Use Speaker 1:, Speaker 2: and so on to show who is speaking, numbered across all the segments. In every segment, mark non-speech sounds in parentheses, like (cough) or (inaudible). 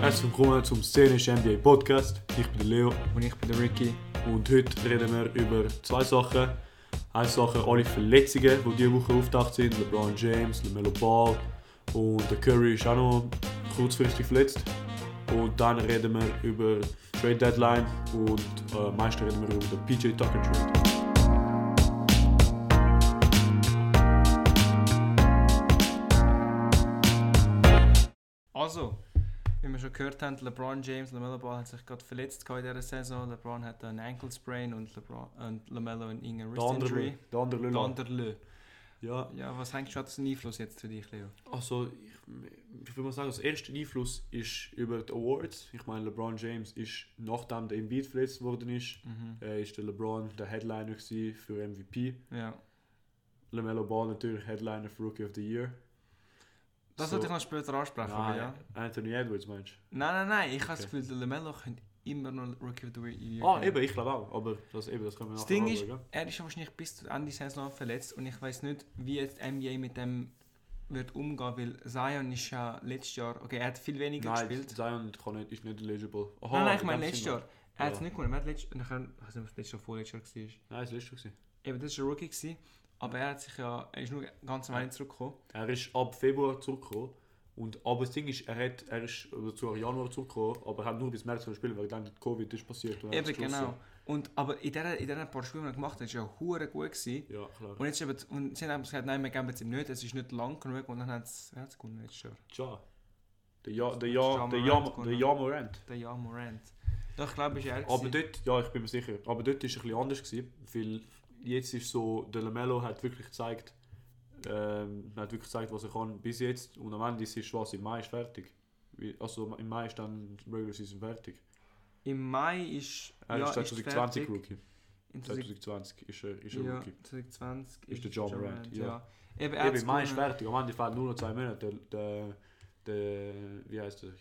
Speaker 1: Herzlich willkommen zum Szenisch NBA Podcast. Ich bin der Leo
Speaker 2: Und ich bin der Ricky.
Speaker 1: und heute reden wir über zwei Sachen. Eine Sache, alle Verletzungen, die diese Woche aufgetaucht sind. LeBron James, LaMelo Ball und der Curry ist auch noch kurzfristig verletzt. Und dann reden wir über Trade Deadline und äh, am meisten reden wir über den PJ Tucker Trade.
Speaker 2: Also, wie wir schon gehört haben, LeBron James, LaMelo Ball hat sich gerade verletzt in dieser Saison. LeBron hat einen Ankle Sprain und, LeBron, und LaMelo einen Inner
Speaker 1: Der
Speaker 2: Wrist
Speaker 1: andere,
Speaker 2: Injury.
Speaker 1: der andere
Speaker 2: Der
Speaker 1: Lillard.
Speaker 2: andere Lö.
Speaker 1: Ja,
Speaker 2: Ja, was denkst du, hat das einen Einfluss jetzt für dich, Leo?
Speaker 1: Also, ich, ich würde mal sagen, das erste Einfluss ist über die Awards. Ich meine, LeBron James ist, nachdem der Embiid verletzt worden ist,
Speaker 2: Mhm.
Speaker 1: äh, ist der LeBron der Headliner gewesen für MVP.
Speaker 2: Ja.
Speaker 1: LaMelo Ball natürlich Headliner für Rookie of the Year.
Speaker 2: Das
Speaker 1: So-
Speaker 2: sollte ich noch später ansprechen, aber
Speaker 1: Nein,
Speaker 2: ja.
Speaker 1: Anthony Edwards meinst
Speaker 2: Nein, nein, nein, ich habe das
Speaker 1: Okay.
Speaker 2: Gefühl, der LaMelo könnte immer noch Rookie of the
Speaker 1: du?
Speaker 2: Year
Speaker 1: Ah,
Speaker 2: werden.
Speaker 1: eben, ich glaube auch. Aber das, eben, das können wir
Speaker 2: Das
Speaker 1: nachher
Speaker 2: Ding
Speaker 1: noch
Speaker 2: ist-
Speaker 1: anschauen,
Speaker 2: Er ist ja wahrscheinlich bis zu Ende der Saison verletzt und ich weiß nicht, wie jetzt die NBA mit dem wird umgehen, weil Zion ist ja letztes Jahr, okay, er hat viel
Speaker 1: gell?
Speaker 2: weniger
Speaker 1: Nein,
Speaker 2: gespielt.
Speaker 1: Zion kann nicht, ist nicht eligible. Aha,
Speaker 2: nein, nein, ich
Speaker 1: in
Speaker 2: meine
Speaker 1: dem
Speaker 2: letztes
Speaker 1: Sinne.
Speaker 2: Jahr. Er hat es
Speaker 1: Ja.
Speaker 2: nicht gewonnen. Er hat letztes, nachher, ich weiß nicht, ob es letztes Jahr vorletztes Jahr war.
Speaker 1: Nein, das letzte gewesen.
Speaker 2: Eben, das war ein Rookie. Gewesen, aber er hat sich ja, er ist nur ganz am Ende zurückgekommen.
Speaker 1: Er ist ab Februar zurückgekommen. Und, aber das Ding ist, er, hat, er ist äh, zu Januar zurückgekommen, aber er hat nur bis März können spielen, weil dann Covid ist passiert. Und er
Speaker 2: Eben,
Speaker 1: ist draussen.
Speaker 2: genau. Und, aber in diesen in diesen paar Spielen, die er gemacht hat, ist er ja hure gut gewesen.
Speaker 1: Ja, klar.
Speaker 2: Und jetzt eben, und sie haben eben gesagt, nein, wir geben es ihm nicht, es ist nicht lang genug. Und dann hat es, wer hat es gewonnen letztes Jahr?
Speaker 1: Ja. Der Ja, der
Speaker 2: Ja
Speaker 1: Ja, der
Speaker 2: Morant
Speaker 1: Ja, der
Speaker 2: gewonnen.
Speaker 1: Ja Morant.
Speaker 2: Der Jan Morant. Doch, ich glaube, ist er
Speaker 1: Aber
Speaker 2: gewesen.
Speaker 1: dort, ja, ich bin mir sicher, aber dort war es ein bisschen anders, gewesen, weil jetzt ist so, der Lamello hat wirklich gezeigt, ähm, hat wirklich gezeigt, was er kann bis jetzt. Und am Ende ist es was, im Mai ist fertig. Wie- Also im Mai ist dann die Regular Season fertig.
Speaker 2: Im Mai ist.
Speaker 1: Er
Speaker 2: ja,
Speaker 1: ist 2020
Speaker 2: fertig.
Speaker 1: Rookie.
Speaker 2: In 2020
Speaker 1: 2020 ist er, ist er
Speaker 2: ja,
Speaker 1: Rookie.
Speaker 2: 2020
Speaker 1: Ist der Ja
Speaker 2: Ja
Speaker 1: Morant, ja.
Speaker 2: Eben,
Speaker 1: Eben,
Speaker 2: er hat's
Speaker 1: im Mai ist
Speaker 2: gewonnen.
Speaker 1: fertig, am Ende fehlen nur noch zwei Monate. Der, der, der wie heißt der?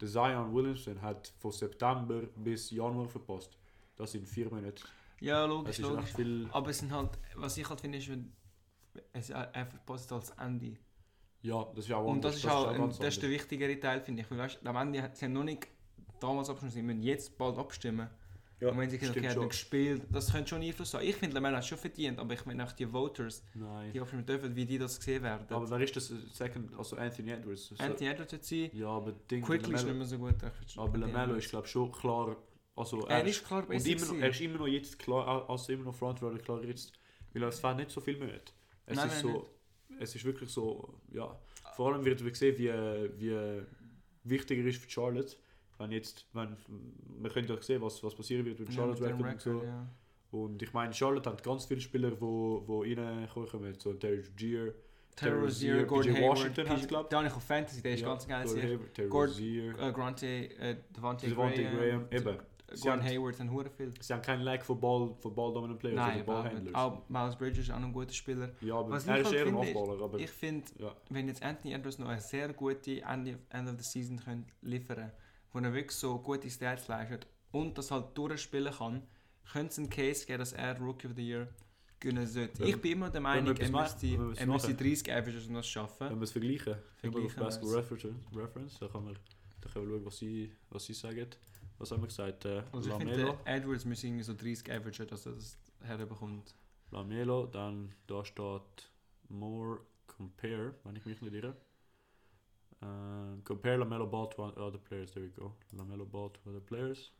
Speaker 1: Der Zion Williamson hat von September bis Januar verpasst. Das sind vier Monate.
Speaker 2: Ja,
Speaker 1: Das
Speaker 2: logisch,
Speaker 1: ist
Speaker 2: logisch.
Speaker 1: echt viel.
Speaker 2: Aber es sind halt, was ich halt finde, ist, wenn es er verpasst als Ende.
Speaker 1: Ja, das ist auch
Speaker 2: Und
Speaker 1: anders.
Speaker 2: das ist auch ein-
Speaker 1: ganz
Speaker 2: das ist der
Speaker 1: anders.
Speaker 2: wichtigere Teil, finde ich. Weil weißt, am Ende hat- sie haben noch nicht damals abgestimmt, sie müssen jetzt bald abstimmen.
Speaker 1: Ja,
Speaker 2: und wenn sie
Speaker 1: stimmt
Speaker 2: okay, hat
Speaker 1: schon.
Speaker 2: nicht gespielt, das könnte schon Einfluss haben. Ich finde, Lamella hat schon verdient, aber ich meine auch die Voters,
Speaker 1: Nein.
Speaker 2: die abstimmen dürfen, wie die das gesehen werden.
Speaker 1: Aber wer ist das äh, Second? Also Anthony Edwards. So-
Speaker 2: Anthony Edwards wird sein,
Speaker 1: Ja, aber Ding.
Speaker 2: Quickly ist nicht
Speaker 1: Lamelo,
Speaker 2: mehr so gut. ich find schon
Speaker 1: aber
Speaker 2: Anthony
Speaker 1: Lamelo
Speaker 2: Edwards.
Speaker 1: ist glaube schon klar. Also
Speaker 2: Er
Speaker 1: ist-
Speaker 2: ist klar
Speaker 1: Und
Speaker 2: besser
Speaker 1: immer noch, er
Speaker 2: gewesen.
Speaker 1: ist immer noch jetzt klar, au- also immer noch Frontrunner klar jetzt, weil es fehlen nicht so viel Monate. Es
Speaker 2: Nein,
Speaker 1: ist
Speaker 2: nein,
Speaker 1: so, es ist wirklich so, ja. Vor allem wird man sehen, wie, wie wichtiger ist für Charlotte, wenn jetzt, wenn man könnte auch sehen, was, was passieren wird, wenn
Speaker 2: Ja, mit
Speaker 1: Charlotte
Speaker 2: dem
Speaker 1: wegkommt und so.
Speaker 2: Record, ja.
Speaker 1: Und ich meine, Charlotte hat ganz viele Spieler, wo wo reinkommen, so Terry Rozier, Terry
Speaker 2: Terry
Speaker 1: Rozier,
Speaker 2: Rozier, Gordon
Speaker 1: PJ
Speaker 2: Hayward,
Speaker 1: Washington hast du geglaubt?
Speaker 2: Da habe ich auf Fantasy, der ist ganz geil.
Speaker 1: Gordon
Speaker 2: sicher.
Speaker 1: Hayward, Terry
Speaker 2: Gord-
Speaker 1: Rozier,
Speaker 2: Äh, Grante, äh, Devontae,
Speaker 1: Devontae Graham, eh,
Speaker 2: Graham,
Speaker 1: eben. Sie
Speaker 2: Gordon
Speaker 1: haben-
Speaker 2: Hayward sind hure viel.
Speaker 1: Sie haben keinen Lack von Ball, von Balldominant Players
Speaker 2: Nein,
Speaker 1: oder
Speaker 2: überhaupt
Speaker 1: Ballhändlers.
Speaker 2: nicht. auch Miles Bridges ist auch noch ein guter Spieler.
Speaker 1: Ja, aber
Speaker 2: Was
Speaker 1: er
Speaker 2: ich
Speaker 1: ist
Speaker 2: halt
Speaker 1: eher ein
Speaker 2: finde, ist-
Speaker 1: Offballer, aber
Speaker 2: Ich finde,
Speaker 1: ja.
Speaker 2: wenn jetzt Anthony Edwards noch eine sehr gute Ende, End of the Season könnte liefern wo er wirklich so gute Stats leistet und das halt durchspielen kann, könnte es einen Case geben, dass er Rookie of the Year gewinnen sollte.
Speaker 1: Wenn-
Speaker 2: ich bin immer
Speaker 1: wenn
Speaker 2: der
Speaker 1: wir
Speaker 2: Meinung,
Speaker 1: etwas
Speaker 2: er müsste,
Speaker 1: machen, wenn wir etwas
Speaker 2: er müsste
Speaker 1: machen.
Speaker 2: 30 Averages noch schaffen.
Speaker 1: Wenn wir es vergleichen, vergleichen auf
Speaker 2: Vergleichen
Speaker 1: Basketball
Speaker 2: wir
Speaker 1: Reference, Reference dann, können wir, dann können wir schauen, was sie, was sie sagen. Was haben wir gesagt? Äh,
Speaker 2: Also ich
Speaker 1: Lamelo.
Speaker 2: finde, der Edwards müsste irgendwie so 30 averagen, dass er das herbekommt.
Speaker 1: Lamelo, dann da steht More Compare, wenn ich mich nicht irre. Ähm, compare Lamelo Ball to other players, there we go. Lamelo Ball to other players.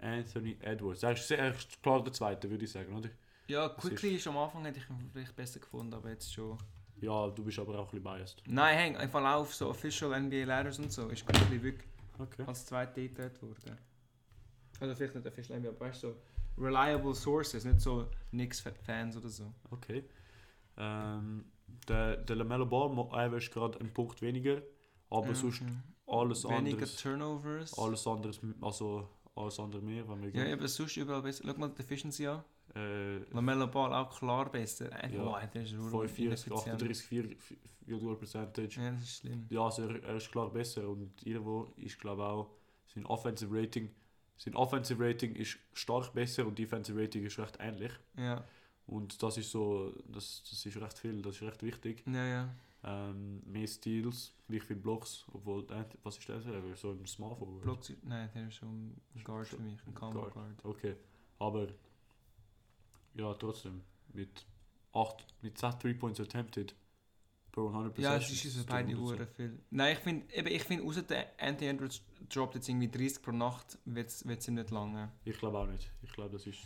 Speaker 1: Anthony Edwards. Er ist, sehr- er ist klar der Zweite, würde ich sagen, oder?
Speaker 2: Ja,
Speaker 1: Das Hm.
Speaker 2: Quickly ist am Anfang hätte ich ihn vielleicht besser gefunden, aber jetzt schon.
Speaker 1: Ja, du bist aber auch ein bisschen biased.
Speaker 2: Nein, häng, einfach auch auf so Official NBA Leaders und so ist Quickly wirklich
Speaker 1: Okay.
Speaker 2: als zweite eingeteilt worden. Also vielleicht nicht Official NBA, aber weißt du, so reliable sources, nicht so Nix-Fans oder so.
Speaker 1: Okay. Ähm, der, der Lamello Ball mo- average gerade einen Punkt weniger, aber
Speaker 2: Ja,
Speaker 1: sonst
Speaker 2: mhm.
Speaker 1: alles
Speaker 2: Weniger
Speaker 1: anderes,
Speaker 2: Turnovers.
Speaker 1: alles anderes, m- also alles andere mehr, wenn wir
Speaker 2: Ja,
Speaker 1: gehen.
Speaker 2: eben sonst überall besser. Schau mal die Efficiency an.
Speaker 1: äh,
Speaker 2: Lamella Ball auch klar besser. Äh,
Speaker 1: Ja.
Speaker 2: Boah, der ist verdammt
Speaker 1: 45,
Speaker 2: um ineffizient.
Speaker 1: 38, 4, Field Goal Percentage.
Speaker 2: Ja, das ist schlimm.
Speaker 1: Ja, also er, er ist klar besser und irgendwo ist glaube auch sein Offensive Rating, sein Offensive Rating ist stark besser und Defensive Rating ist recht ähnlich
Speaker 2: Ja,
Speaker 1: und das ist so, das, das ist recht viel, das ist recht wichtig.
Speaker 2: ja, ja.
Speaker 1: Ähm, mehr Steals, gleich viel Blocks, obwohl, der Ant- was ist der selber? So im Small Forward?
Speaker 2: Block, nein, der ist schon ein Guard für mich, ein Combo
Speaker 1: Guard.
Speaker 2: Guard.
Speaker 1: Okay, aber ja, trotzdem, mit 8, mit 10 3 Points attempted per 100
Speaker 2: Ja, es
Speaker 1: possessions,
Speaker 2: ist
Speaker 1: das
Speaker 2: für beide
Speaker 1: tut mir so.
Speaker 2: Uhren viel. Nein, ich finde, eben, ich finde, außer der Anthony Edwards droppt jetzt irgendwie 30 pro Nacht, wird es ihm nicht lange.
Speaker 1: Ich glaube auch nicht. Ich glaube, das ist.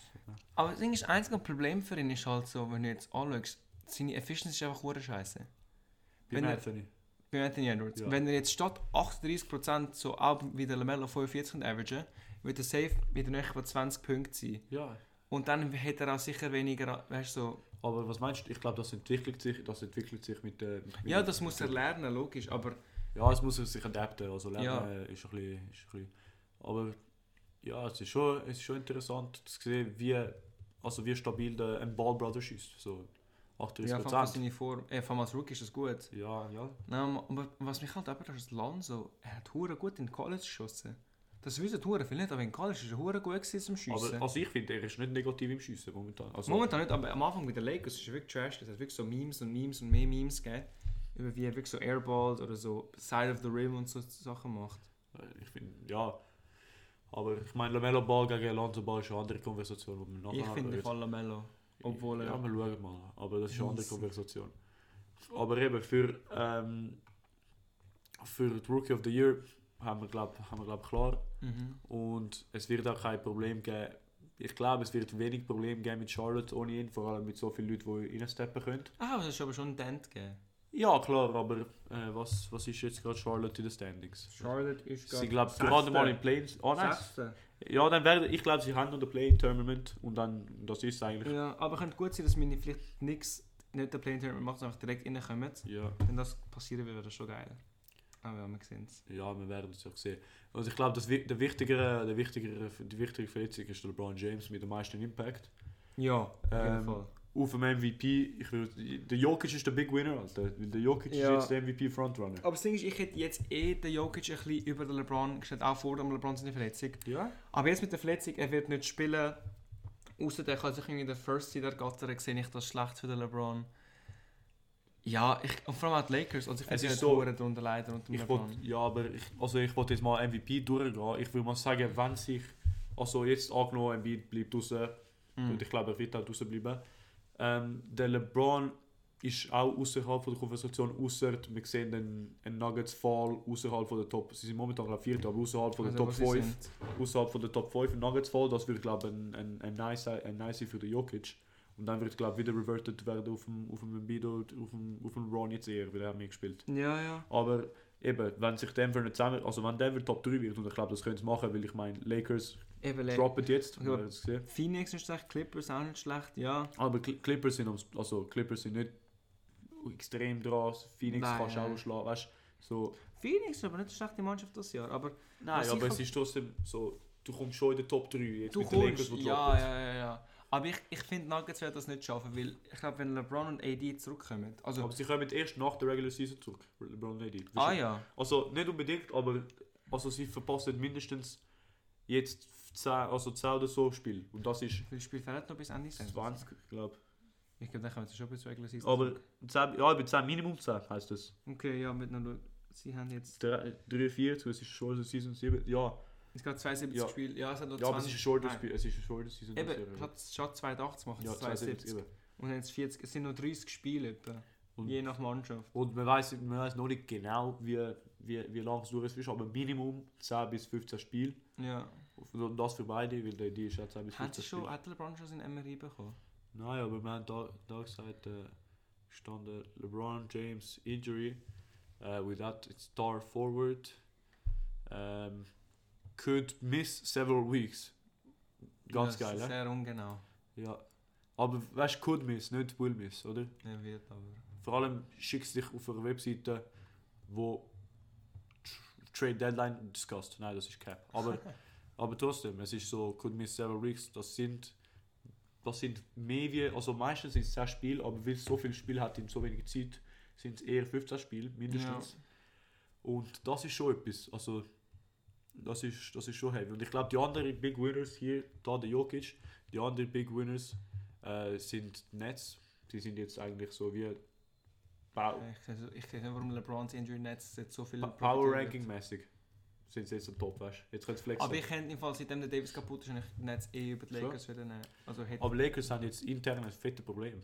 Speaker 2: Aber das Ding ist, das einzige Problem für ihn ist halt so, wenn du jetzt anschaust, seine Efficiency ist einfach hure scheiße.
Speaker 1: Bei
Speaker 2: Wenn er-
Speaker 1: Anthony.
Speaker 2: Bei Anthony Edwards.
Speaker 1: Ja.
Speaker 2: Wenn er jetzt statt 38% so ab wie der Lamello 45 und averagen, wird er safe wieder näher bei 20 Punkten sein.
Speaker 1: Ja,
Speaker 2: Und dann hätte er auch sicher weniger, weißt du, so.
Speaker 1: aber was meinst du? Ich glaube, das entwickelt sich, das entwickelt sich mit der. Mit
Speaker 2: Ja, das muss er lernen, logisch, aber
Speaker 1: Ja, es muss sich adapten. Also lernen
Speaker 2: Ja.
Speaker 1: äh, ist, ein bisschen, ist ein bisschen. Aber ja, es ist schon, es ist schon interessant zu sehen, wie, also wie stabil der ein Ball Brother schießt. So 38
Speaker 2: ja, von
Speaker 1: Prozent.
Speaker 2: seine Form, äh, vor allem als Rookie ist das gut.
Speaker 1: Ja, ja.
Speaker 2: Nein, Ähm, aber was mich halt eben ist, Lonzo, er hat hure gut in College geschossen. Das wissen hure viel nicht, aber in College ist er hure gut gewesen zum Schiessen.
Speaker 1: Aber also ich finde, er ist nicht negativ im Schießen momentan. Also,
Speaker 2: Momentan nicht, aber am Anfang mit den Lakers ist er wirklich trash. Es hat wirklich so Memes und Memes und mehr Memes gegeben, über wie er wirklich so Airballs oder so Side of the Rim und so Sachen macht.
Speaker 1: äh, ich finde, ja. Aber ich meine, Lamelo Ball gegen Alonso Ball ist eine andere Konversation, die wir nachher
Speaker 2: ich finde den
Speaker 1: reden.
Speaker 2: Fall Lamello, obwohl
Speaker 1: Ja,
Speaker 2: er...
Speaker 1: wir schauen mal. Aber das ist eine andere
Speaker 2: Riesig.
Speaker 1: Konversation. Aber eben, für, ähm, für die Rookie of the Year haben wir, glaube haben wir, glaub, klar.
Speaker 2: Mhm.
Speaker 1: Und es wird auch kein Problem geben. Ich glaube, es wird wenig Problem geben mit Charlotte ohne ihn, vor allem mit so vielen Leuten, die reinsteppen können.
Speaker 2: Ah, aber es ist aber schon ein Dent gegeben.
Speaker 1: Ja, klar, aber äh, was, was ist jetzt gerade Charlotte in den Standings?
Speaker 2: Charlotte ist
Speaker 1: Sie glaube gerade mal im Plains. Oh nein. Ja, dann werden ich glaube, sie haben noch den Play-Tournament und dann das ist eigentlich.
Speaker 2: Ja, aber könnte gut sein, dass meine vielleicht nichts, nicht den Play-Turn machen, sondern einfach direkt reinkommen.
Speaker 1: Ja.
Speaker 2: Wenn das passieren würde, wäre das schon geil. Aber ja, wir sehen es.
Speaker 1: Ja, wir werden es auch sehen. Also ich glaube, das wi- der wichtigere, der wichtigere, die wichtigere Verletzung ist der LeBron James mit dem meisten Impact.
Speaker 2: Ja, auf
Speaker 1: Ähm, Auf dem MVP, ich würde, der Jokic ist der Big Winner, Alter. Weil Der Jokic
Speaker 2: Ja.
Speaker 1: ist jetzt der MVP Frontrunner.
Speaker 2: Aber das Ding ist, ich hätte jetzt eh den Jokic ein bisschen über den LeBron gestellt, auch vor dem LeBron seine Verletzung.
Speaker 1: Ja?
Speaker 2: Aber jetzt mit der Verletzung, er wird nicht spielen. Außer der kann sich irgendwie in der First Seed ergattern, sehe ich das schlecht für den LeBron. Ja, ich, und vor allem auch die Lakers. Also ich
Speaker 1: Es
Speaker 2: finde
Speaker 1: ist
Speaker 2: es
Speaker 1: so-
Speaker 2: so darunter leiden unter dem
Speaker 1: Ich
Speaker 2: LeBron.
Speaker 1: wollt, ja, aber ich, also ich wollte jetzt mal MVP durchgehen. Ich will mal sagen, wenn sich, also jetzt angenommen, Embiid bleibt draußen
Speaker 2: Mm.
Speaker 1: und ich glaube, er wird auch draußen bleiben. Ähm, der LeBron ist auch außerhalb von der Konversation, außer wir sehen den, einen Nuggets-Fall außerhalb von der Top. Sie sind momentan glaube ich Vierter, aber außerhalb von der
Speaker 2: Also,
Speaker 1: Top
Speaker 2: wo sie
Speaker 1: 5.
Speaker 2: sind.
Speaker 1: Außerhalb von der Top 5 ein Nuggets-Fall, das würde glaube ich ein, ein, ein, nice, ein nice für den Jokic. Und dann wird glaube ich wieder reverted werden auf dem, auf dem Embiid und auf dem, auf dem Ron jetzt eher, weil er hat mehr gespielt.
Speaker 2: Ja, ja.
Speaker 1: Aber eben, wenn sich Denver nicht zusammen, also wenn Denver Top 3 wird, und ich glaube, das können sie machen, weil ich meine, Lakers
Speaker 2: Eben, Le-
Speaker 1: droppen jetzt,
Speaker 2: Ja.
Speaker 1: wir werden es sehen.
Speaker 2: Phoenix ist schlecht, Clippers auch nicht schlecht, ja.
Speaker 1: Aber Cl- Clippers sind, am s- also Clippers sind nicht extrem dran, Phoenix
Speaker 2: Nein,
Speaker 1: kannst du auch
Speaker 2: nein.
Speaker 1: schlagen, weißt du, so.
Speaker 2: Phoenix ist aber nicht eine schlechte Mannschaft das Jahr, aber
Speaker 1: Nein,
Speaker 2: Was
Speaker 1: aber
Speaker 2: ich
Speaker 1: es
Speaker 2: hab-
Speaker 1: ist trotzdem so, du kommst schon in den Top 3 jetzt
Speaker 2: Du
Speaker 1: mit den Lakers,
Speaker 2: kommst,
Speaker 1: die droppen.
Speaker 2: ja, ja, ja, ja. Aber ich, ich finde, Nuggets werden das nicht schaffen, weil ich glaube, wenn LeBron und AD zurückkommen, also,
Speaker 1: Aber sie kommen erst nach der Regular Season zurück, LeBron AD.
Speaker 2: ah ja,
Speaker 1: Also nicht unbedingt, aber also sie verpassen mindestens jetzt 10, also 10 oder so Spiel. Und das ist
Speaker 2: wie viel Spiel fehlt noch bis Ende Saison?
Speaker 1: 20, glaube
Speaker 2: Ich glaube, dann kommen sie schon bis zur Regular Season
Speaker 1: Aber
Speaker 2: zurück.
Speaker 1: 10, ja, bei 10 Minimum 10 heisst das.
Speaker 2: Okay, ja, mit einer, sie haben jetzt,
Speaker 1: 3, 4, es ist schon so Season 7. Ja,
Speaker 2: es gab 72
Speaker 1: Ja.
Speaker 2: Spiele, ja, es hat noch
Speaker 1: ja aber es ist ein shorter
Speaker 2: Nein.
Speaker 1: Spiel. Es ist ein shorter Season.
Speaker 2: Eben, statt, statt 82 machen sie
Speaker 1: ja, 72.
Speaker 2: 72.
Speaker 1: eben.
Speaker 2: Und dann jetzt 40, es sind noch 30 Spiele, etwa,
Speaker 1: Und-
Speaker 2: je nach Mannschaft.
Speaker 1: Und man weiß, man weiß noch nicht genau, wie, wie, wie lange es durch ist, aber Minimum 10 bis 15 Spiele.
Speaker 2: Ja.
Speaker 1: Und das für beide, weil die, die ist ja 10 bis
Speaker 2: Hat,
Speaker 1: 15
Speaker 2: sie
Speaker 1: Spiele.
Speaker 2: schon, hat LeBron schon seinen MRI bekommen?
Speaker 1: Nein, aber wir haben da, da gesagt, äh, stand äh, LeBron James Injury. Uh, without its star forward. Um, could miss several weeks. Ganz
Speaker 2: Ja,
Speaker 1: geil, ne?
Speaker 2: Sehr ungenau.
Speaker 1: Ja. Aber weißt du, could miss, nicht will miss, oder?
Speaker 2: Er wird aber.
Speaker 1: Vor allem schickst du dich auf eine Webseite, wo Tr- Trade Deadline discussed. Nein, das ist Cap. Aber, aber trotzdem, es ist so, could miss several weeks, das sind. Das sind mehr wie, also meistens sind es 10 Spiele, aber weil es so viel Spiel hat in so wenig Zeit, sind es eher 15 Spiele, mindestens. Und das ist schon etwas. Also, das ist, das ist schon heavy. Und ich glaube, die anderen Big Winners hier, da der Jokic, die anderen Big Winners äh, sind die Nets. Die sind jetzt eigentlich so wie Wow.
Speaker 2: Ich sehe ich sehe nicht, warum LeBrons Injury Netz jetzt so viel
Speaker 1: Pa- Power Ranking mäßig sind sie jetzt am Top, weißt du? Jetzt können sie flexen.
Speaker 2: Aber ich könnte im Fall, seitdem der Davis kaputt ist, habe ich die Netz eh über die
Speaker 1: Schon.
Speaker 2: Lakers wieder nehmen. Also hätte
Speaker 1: Aber Lakers haben jetzt intern ein fettes Problem.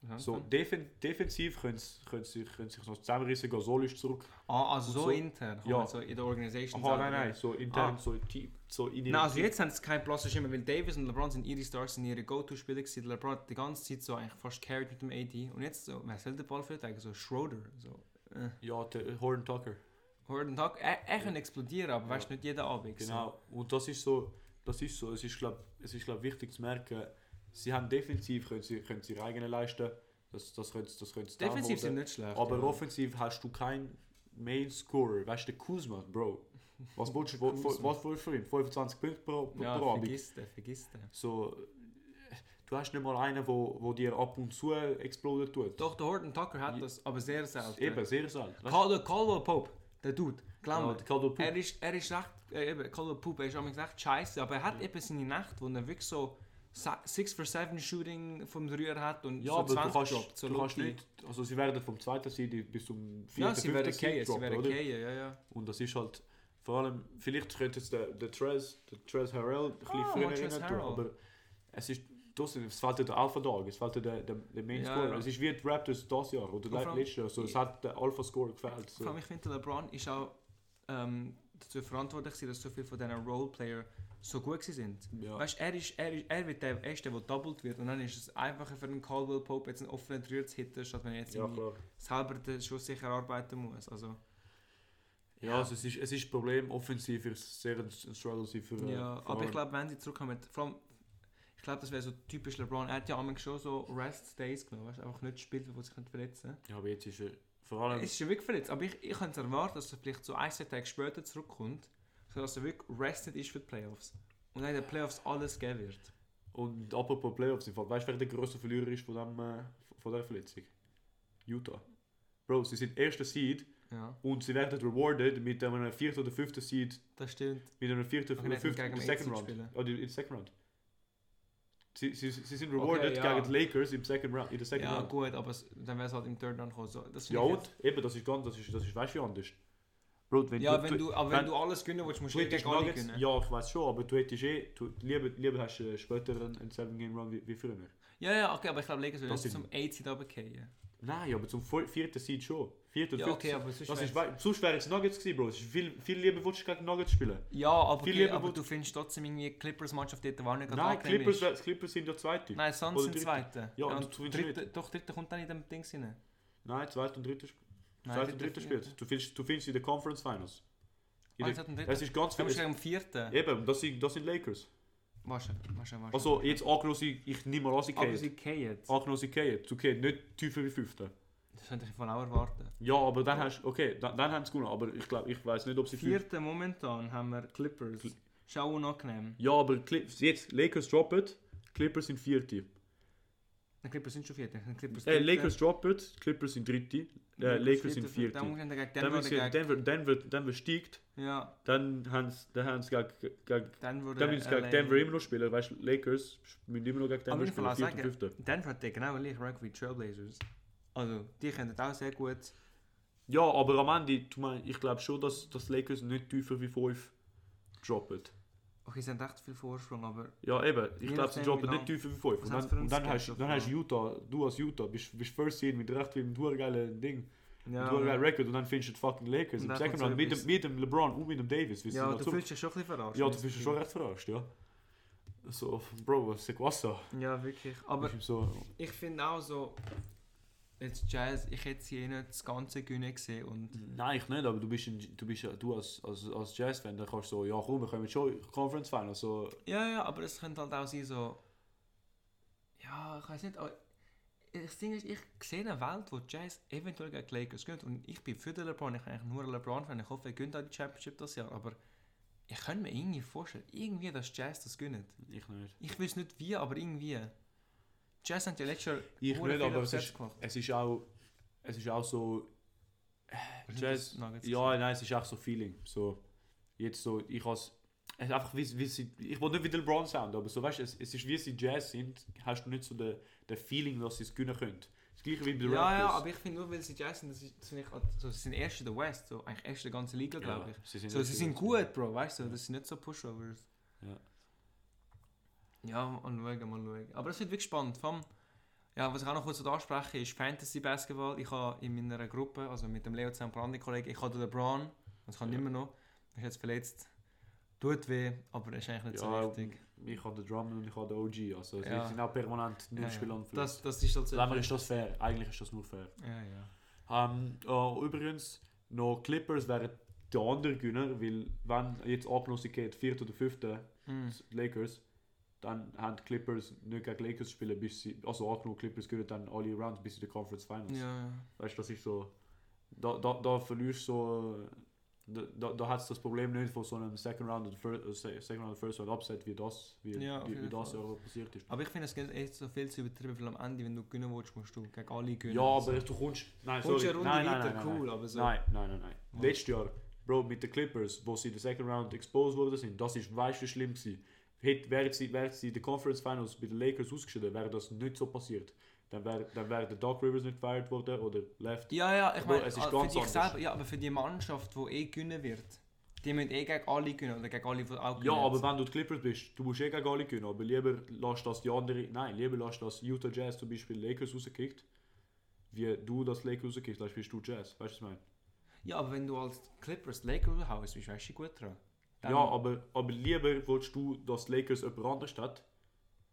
Speaker 2: Was
Speaker 1: So,
Speaker 2: haben
Speaker 1: defen defensiv können sie, können, sie, können sich noch zusammenrissen, Gasol ist zurück.
Speaker 2: sie? Ah, also
Speaker 1: und
Speaker 2: so,
Speaker 1: so-
Speaker 2: intern.
Speaker 1: Ja. Oh,
Speaker 2: Also in der Organisation.
Speaker 1: Aha,
Speaker 2: selber.
Speaker 1: nein, nein, so intern,
Speaker 2: Ah.
Speaker 1: so, tief, so in
Speaker 2: Nein,
Speaker 1: ihrem
Speaker 2: also
Speaker 1: Team.
Speaker 2: jetzt haben sie keinen blassen Schimmer, weil Davis und LeBron sind ihre Stars, sind ihre Go-To-Spieler gewesen. LeBron hat die ganze Zeit so eigentlich fast carried mit dem AD. Und jetzt so, wer soll den Ball verteidigen? So Schroeder. So. Äh.
Speaker 1: Ja, der Horn Tucker.
Speaker 2: Horton Tuck, er, er kann explodieren, aber
Speaker 1: Ja.
Speaker 2: weißt du, nicht jeden Abend.
Speaker 1: Genau. Und das ist so, das ist so, es ist glaube es ist glaub, wichtig zu merken, sie haben defensiv können sie, können sie ihre eigenen leisten. Das, das können sie, das können sie
Speaker 2: So. Defensiv sind
Speaker 1: downloaden.
Speaker 2: nicht schlecht.
Speaker 1: Aber
Speaker 2: ja.
Speaker 1: offensiv hast du keinen Main Scorer, weißt du, der Kuzma, Bro. Was willst du, was, was
Speaker 2: Kuzma.
Speaker 1: willst du für ihn? 25 Punkte pro, pro,
Speaker 2: Ja,
Speaker 1: pro Abend.
Speaker 2: vergiss den, vergiss den.
Speaker 1: So, äh, du hast nicht mal einen, wo, wo dir ab und zu explodet tut.
Speaker 2: Doch, der Horton Tucker hat
Speaker 1: Ja.
Speaker 2: das, aber sehr selten.
Speaker 1: Eben, sehr selten. Weißt
Speaker 2: Cal Caldwell Pope, der Dude,
Speaker 1: du,
Speaker 2: glaub mir.
Speaker 1: ja, Caldwell Pope.
Speaker 2: Er ist, er ist recht, äh, eben, Call of Poop, er ist manchmal recht scheiße, aber er hat
Speaker 1: Ja.
Speaker 2: eben seine Nacht, wo er wirklich so 6 for 7 Shooting vom Dreier hat und
Speaker 1: Ja,
Speaker 2: so
Speaker 1: aber
Speaker 2: 20
Speaker 1: du kannst,
Speaker 2: droppt, so
Speaker 1: du kannst
Speaker 2: Lucky.
Speaker 1: nicht, also sie werden vom zweiten Seed bis zum vierten,
Speaker 2: Ja, sie werden
Speaker 1: fünften
Speaker 2: gehen,
Speaker 1: Seed
Speaker 2: sie
Speaker 1: droppen,
Speaker 2: werden
Speaker 1: oder?
Speaker 2: gehen, ja, ja.
Speaker 1: Und das ist halt, vor allem, vielleicht könnte jetzt der, der Trez, der Trez Harrell ein bisschen
Speaker 2: Ah,
Speaker 1: früher
Speaker 2: Montrezl
Speaker 1: rein tun,
Speaker 2: Harrell.
Speaker 1: aber es ist, trotzdem, es fehlt der Alpha Dog, es fehlt der, der, der Main
Speaker 2: Ja,
Speaker 1: Scorer,
Speaker 2: ja.
Speaker 1: es ist wie die Raptors das Jahr oder
Speaker 2: Und vor allem-
Speaker 1: letztes Jahr, so, es hat der Alpha Scorer gefällt.
Speaker 2: Vor allem,
Speaker 1: So.
Speaker 2: ich finde, LeBron ist auch ähm, dazu verantwortlich, gewesen, dass so viele von diesen Roleplayer so gut gewesen sind.
Speaker 1: Ja.
Speaker 2: Weißt du, er, ist, er, ist, er wird der Erste, der doubled wird und dann ist es einfacher für einen Caldwell Pope, jetzt einen offenen Dreier zu hitten, statt wenn er jetzt
Speaker 1: Ja,
Speaker 2: irgendwie
Speaker 1: klar.
Speaker 2: selber den Schuss sicher arbeiten muss. Also,
Speaker 1: Ja, Also es ist, es ist ein Problem, offensiv ist es sehr ein ein Struggle gewesen für äh,
Speaker 2: Ja,
Speaker 1: vor
Speaker 2: aber ich
Speaker 1: allem-
Speaker 2: glaube, wenn sie zurückkommen, vor allem, ich glaube, das wäre so typisch LeBron. Er hat ja manchmal schon so Rest Days genommen, weißt du, einfach nicht gespielt, wo sich nicht verletzen.
Speaker 1: Ja, aber jetzt ist er, vor allem,
Speaker 2: Es ist schon wirklich verletzt, aber ich, ich könnte erwarten, dass er vielleicht so ein, zwei Tage später zurückkommt, sodass er wirklich rested ist für die Playoffs. Und dann in den Playoffs alles geben wird.
Speaker 1: und apropos Playoffs, im Fall, weißt du, wer der grösste Verlierer ist von, dem, äh, von dieser Verletzung? Utah. Bro, sie sind erster Seed
Speaker 2: Ja,
Speaker 1: Und sie werden rewarded mit einem vierten oder fünften Seed,
Speaker 2: das stimmt.
Speaker 1: mit einem vierten
Speaker 2: Okay,
Speaker 1: oder
Speaker 2: nicht
Speaker 1: fünften
Speaker 2: gegen
Speaker 1: im
Speaker 2: den
Speaker 1: Second
Speaker 2: Eighth Seed
Speaker 1: Round. Oder in Second Round. Sie, sie, sie sind rewarded
Speaker 2: ja.
Speaker 1: gegen die Lakers im Second Round, in der Second
Speaker 2: Ja,
Speaker 1: Round.
Speaker 2: gut, aber es, dann wäre es halt im Third Round gekommen. So, das
Speaker 1: Ja
Speaker 2: finde ich
Speaker 1: und? Eben, das ist ganz, das ist, das ist weißt du wie anders. Bro, wenn
Speaker 2: jetzt- ja
Speaker 1: du,
Speaker 2: wenn du, aber wenn,
Speaker 1: wenn-
Speaker 2: du alles gewinnen willst, musst
Speaker 1: du
Speaker 2: du eh
Speaker 1: hättest
Speaker 2: gegen alle
Speaker 1: Nuggets,
Speaker 2: gewinnen.
Speaker 1: ja ich weiß schon, aber du hättest eh, du, lieber, lieber hast du später einen, einen 7 Game Run wie, wie früher.
Speaker 2: Ja, ja, okay, aber ich glaube, Lakers wird
Speaker 1: Das
Speaker 2: jetzt
Speaker 1: sind-
Speaker 2: zum 8 Seed runterfallen.
Speaker 1: Nein, aber zum vier- vierten Seed schon. Vierten und
Speaker 2: Ja,
Speaker 1: fünften
Speaker 2: okay,
Speaker 1: Seed.
Speaker 2: aber sonst
Speaker 1: Das
Speaker 2: wär's-
Speaker 1: ist, wei- sonst wäre es Nuggets gewesen, Bro. Es ist viel, viel lieber würdest du gegen Nuggets spielen.
Speaker 2: Ja, aber,
Speaker 1: Viel
Speaker 2: okay,
Speaker 1: lieber
Speaker 2: aber
Speaker 1: würd-
Speaker 2: du findest trotzdem irgendwie Clippers-Mannschaft dort, die auch nicht gerade
Speaker 1: Nein,
Speaker 2: angenehm
Speaker 1: Clippers,
Speaker 2: ist.
Speaker 1: wär- Clippers sind ja Zweite.
Speaker 2: Nein, Suns
Speaker 1: Oder
Speaker 2: sind
Speaker 1: Dritte.
Speaker 2: Zweite.
Speaker 1: Ja, und
Speaker 2: und
Speaker 1: du findest
Speaker 2: dritte, doch, dritte kommt dann in dem Ding rein.
Speaker 1: Nein, zweiter und dritter Sp-
Speaker 2: Nein,
Speaker 1: zweiter und dritter
Speaker 2: dritter,
Speaker 1: spielt. Du findest, du findest in den Conference Finals. In der,
Speaker 2: Ah, jetzt hat ein dritter.
Speaker 1: es ist ganz
Speaker 2: Du
Speaker 1: viel.
Speaker 2: musst
Speaker 1: Es,
Speaker 2: gegen den vierten.
Speaker 1: eben, das sind, das sind Lakers.
Speaker 2: Warte, warte, warte.
Speaker 1: Also Oh. jetzt angenommen, sie- ich nehme mal an, sie
Speaker 2: aber
Speaker 1: fallen.
Speaker 2: sie gehen.
Speaker 1: Angenommen, sie fallen. Sie fallen nicht tiefer wie fünfte.
Speaker 2: Das könnte ich von auch erwarten.
Speaker 1: Ja, aber dann hast okay, dann, dann haben sie gewonnen. Aber ich glaube, ich weiß nicht, ob sie fünf-
Speaker 2: Vierten momentan haben wir Clippers.
Speaker 1: Cl-
Speaker 2: Ist auch unangenehm.
Speaker 1: Ja, aber Cli- jetzt Lakers droppen, Clippers sind vierte.
Speaker 2: Die Clippers sind schon vierte. Die Clippers
Speaker 1: Äh,
Speaker 2: dritte.
Speaker 1: Lakers droppen, Clippers sind dritte. Äh, Lakers sind vierte.
Speaker 2: vierte. Dann muss ich dann gegen
Speaker 1: Dann
Speaker 2: Denver.
Speaker 1: müssen-
Speaker 2: Dann gegen,
Speaker 1: Denver, Denver, Denver steigt.
Speaker 2: ja,
Speaker 1: Dann haben sie, dann haben sie gegen, gegen
Speaker 2: Denver.
Speaker 1: Da müssen sie gegen Denver eh, immer noch spielen, weißt du, Lakers müssen immer noch gegen Denver
Speaker 2: Aber ich will
Speaker 1: spielen,
Speaker 2: auch
Speaker 1: vierten,
Speaker 2: sagen,
Speaker 1: fünften.
Speaker 2: Denver hat den genau gleichen Rank wie die Trailblazers. Also, die können auch sehr gut.
Speaker 1: Ja, aber am Ende, du mein, ich glaube schon, dass, dass Lakers nicht tiefer wie 5 droppen.
Speaker 2: Okay, sie haben Oh, echt viel Vorsprung, aber
Speaker 1: Ja, eben, ich
Speaker 2: Je
Speaker 1: glaube, sie
Speaker 2: nachdem,
Speaker 1: droppen
Speaker 2: wie
Speaker 1: nicht tiefer wie 5.
Speaker 2: Was
Speaker 1: Und
Speaker 2: haben
Speaker 1: dann,
Speaker 2: sie für
Speaker 1: und
Speaker 2: einen
Speaker 1: dann, hast,
Speaker 2: Schedule
Speaker 1: dann hast
Speaker 2: vor?
Speaker 1: Utah, du als Utah, bist, bist First Seed mit recht einem durchgeilen Ding,
Speaker 2: Ja,
Speaker 1: mit durchgeilen Record und dann findest du die fucking Lakers
Speaker 2: Und
Speaker 1: im
Speaker 2: dann
Speaker 1: Second
Speaker 2: kommt so
Speaker 1: Round mit
Speaker 2: etwas.
Speaker 1: dem, mit dem LeBron und mit dem Davis. weil sie
Speaker 2: ja
Speaker 1: noch
Speaker 2: du
Speaker 1: zurück-
Speaker 2: fühlst dich schon ein bisschen verarscht.
Speaker 1: ja, du bist schon recht verarscht, ja. So, Bro, was ist was da?
Speaker 2: Ja, wirklich. Aber
Speaker 1: Ist ihm so,
Speaker 2: ich finde auch so, jetzt Jazz, ich hätte sie eh nicht das ganze Güne gesehen und
Speaker 1: Nein, ich nicht, aber du bist, ein, du, bist ja- du als, als, als Jazz-Fan, dann kannst du so, ja komm, wir kommen schon in die Conference Final, so,
Speaker 2: ja, ja, aber es könnte halt auch sein so, ja, ich weiß nicht, aber das Ding ist, ich sehe eine Welt, wo die Jazz eventuell gegen die Lakers geht und ich bin für den LeBron, ich bin eigentlich nur ein LeBron-Fan, ich hoffe, er gewinnt auch die Championship das Jahr, aber ich könnte mir irgendwie vorstellen, irgendwie, dass die Jazz das gewinnt.
Speaker 1: ich nicht.
Speaker 2: Ich weiß nicht wie, aber irgendwie. Die Jazz haben ja letztes Jahr
Speaker 1: Ich
Speaker 2: hure
Speaker 1: nicht,
Speaker 2: viele
Speaker 1: aber es
Speaker 2: Upsets
Speaker 1: ist,
Speaker 2: gemacht.
Speaker 1: es ist auch, es ist auch so, äh,
Speaker 2: Oder sind
Speaker 1: Jazz,
Speaker 2: das Nuggets gewesen?
Speaker 1: ja, nein, es ist auch so Feeling, so, jetzt so, ich als, es ist einfach wie, wie sie, ich will nicht wie LeBron sound, aber so, weißt du, es, es ist wie sie Jazz sind, hast du nicht so den, den Feeling, dass sie es gewinnen können. Es Gleich wie bei den
Speaker 2: Ja, ja,
Speaker 1: Raptors.
Speaker 2: aber ich finde nur, weil sie Jason, das, ist, das finde ich, halt- so, sie sind erst in der West, so, eigentlich erst in der ganzen Liga, glaube ich.
Speaker 1: Sie sind,
Speaker 2: So, sie sind gut, Bro, weißt du,
Speaker 1: Ja.
Speaker 2: das sind nicht so Pushovers.
Speaker 1: Ja.
Speaker 2: Ja, mal schauen, mal schauen. Aber es wird wirklich spannend. Vom, ja, was ich auch noch kurz ansprechen ist Fantasy Basketball. Ich habe in meiner Gruppe, also mit dem Leo zusammen, ein anderen Kollegen, ich hatte den LeBron, das kann
Speaker 1: Ja.
Speaker 2: immer noch, er ist jetzt verletzt. Tut weh, aber das ist eigentlich nicht
Speaker 1: Ja,
Speaker 2: so wichtig.
Speaker 1: Ich habe den Drummond und ich habe den OG. Also, sie
Speaker 2: Ja.
Speaker 1: sind auch permanent nur
Speaker 2: Ja, ja.
Speaker 1: Spieler und
Speaker 2: Das, das ist also...
Speaker 1: Sagen wir, ist das fair. Eigentlich ist das nur fair.
Speaker 2: ja, ja.
Speaker 1: Ähm, äh, übrigens, noch Clippers wären der andere Gewinner, weil wenn jetzt Ablösung geht, vierte oder fünfte,
Speaker 2: Mm.
Speaker 1: die Lakers, dann haben die Clippers nicht gegen Lakers spielen, bis sie, also auch genug Clippers gewinnen dann alle Rounds bis in die Conference Finals.
Speaker 2: Ja, ja.
Speaker 1: Weißt du, das ist so, da, da, da verlierst du so, äh, da, da, da hat das Problem nicht von so einem Second Round und First, äh, Se- Second Round und First Round Upset, wie das, wie,
Speaker 2: Ja, auf
Speaker 1: wie, wie
Speaker 2: jeden
Speaker 1: das
Speaker 2: Fall.
Speaker 1: Jahr passiert ist.
Speaker 2: Aber ich finde, es geht echt so viel zu übertrieben, weil am Ende, wenn du gewinnen willst, musst du gegen alle gewinnen.
Speaker 1: Ja,
Speaker 2: Also,
Speaker 1: aber du kommst, nein,
Speaker 2: kommst
Speaker 1: sorry,
Speaker 2: eine Runde
Speaker 1: nein, nein, nein,
Speaker 2: weiter,
Speaker 1: nein,
Speaker 2: cool,
Speaker 1: nein.
Speaker 2: aber so...
Speaker 1: Nein, nein, nein, nein.
Speaker 2: Was?
Speaker 1: Letztes Jahr, Bro, mit den Clippers, wo sie in der Second Round exposed worden sind, das ist weißt du schlimm gewesen. Hätte, wären sie, wären sie in den Conference Finals bei den Lakers ausgeschieden, wäre das nicht so passiert. Dann wäre dann wär der Doc Rivers nicht gefeiert worden oder left.
Speaker 2: Ja, ja, ich
Speaker 1: Aber
Speaker 2: meine,
Speaker 1: es ist
Speaker 2: ah, für
Speaker 1: ganz
Speaker 2: dich
Speaker 1: anders.
Speaker 2: selber, ja, aber für die Mannschaft, die eh gewinnen wird, die müssen eh gegen alle gewinnen oder gegen alle, die auch
Speaker 1: Ja,
Speaker 2: gewinnen.
Speaker 1: aber wenn du die Clippers bist, du musst eh gegen alle gewinnen, aber lieber lass das die anderen, nein, lieber lass das Utah Jazz zum Beispiel Lakers rauskickt, wie du das Lakers rauskickt, dann spielst du Jazz, weißt du, was ich meine?
Speaker 2: Ja, aber wenn du als Clippers Lakers haust, bist du weißt du gut dran. Dann-
Speaker 1: Ja, oh, aber, aber lieber willst du, dass die Lakers jemand anders hat,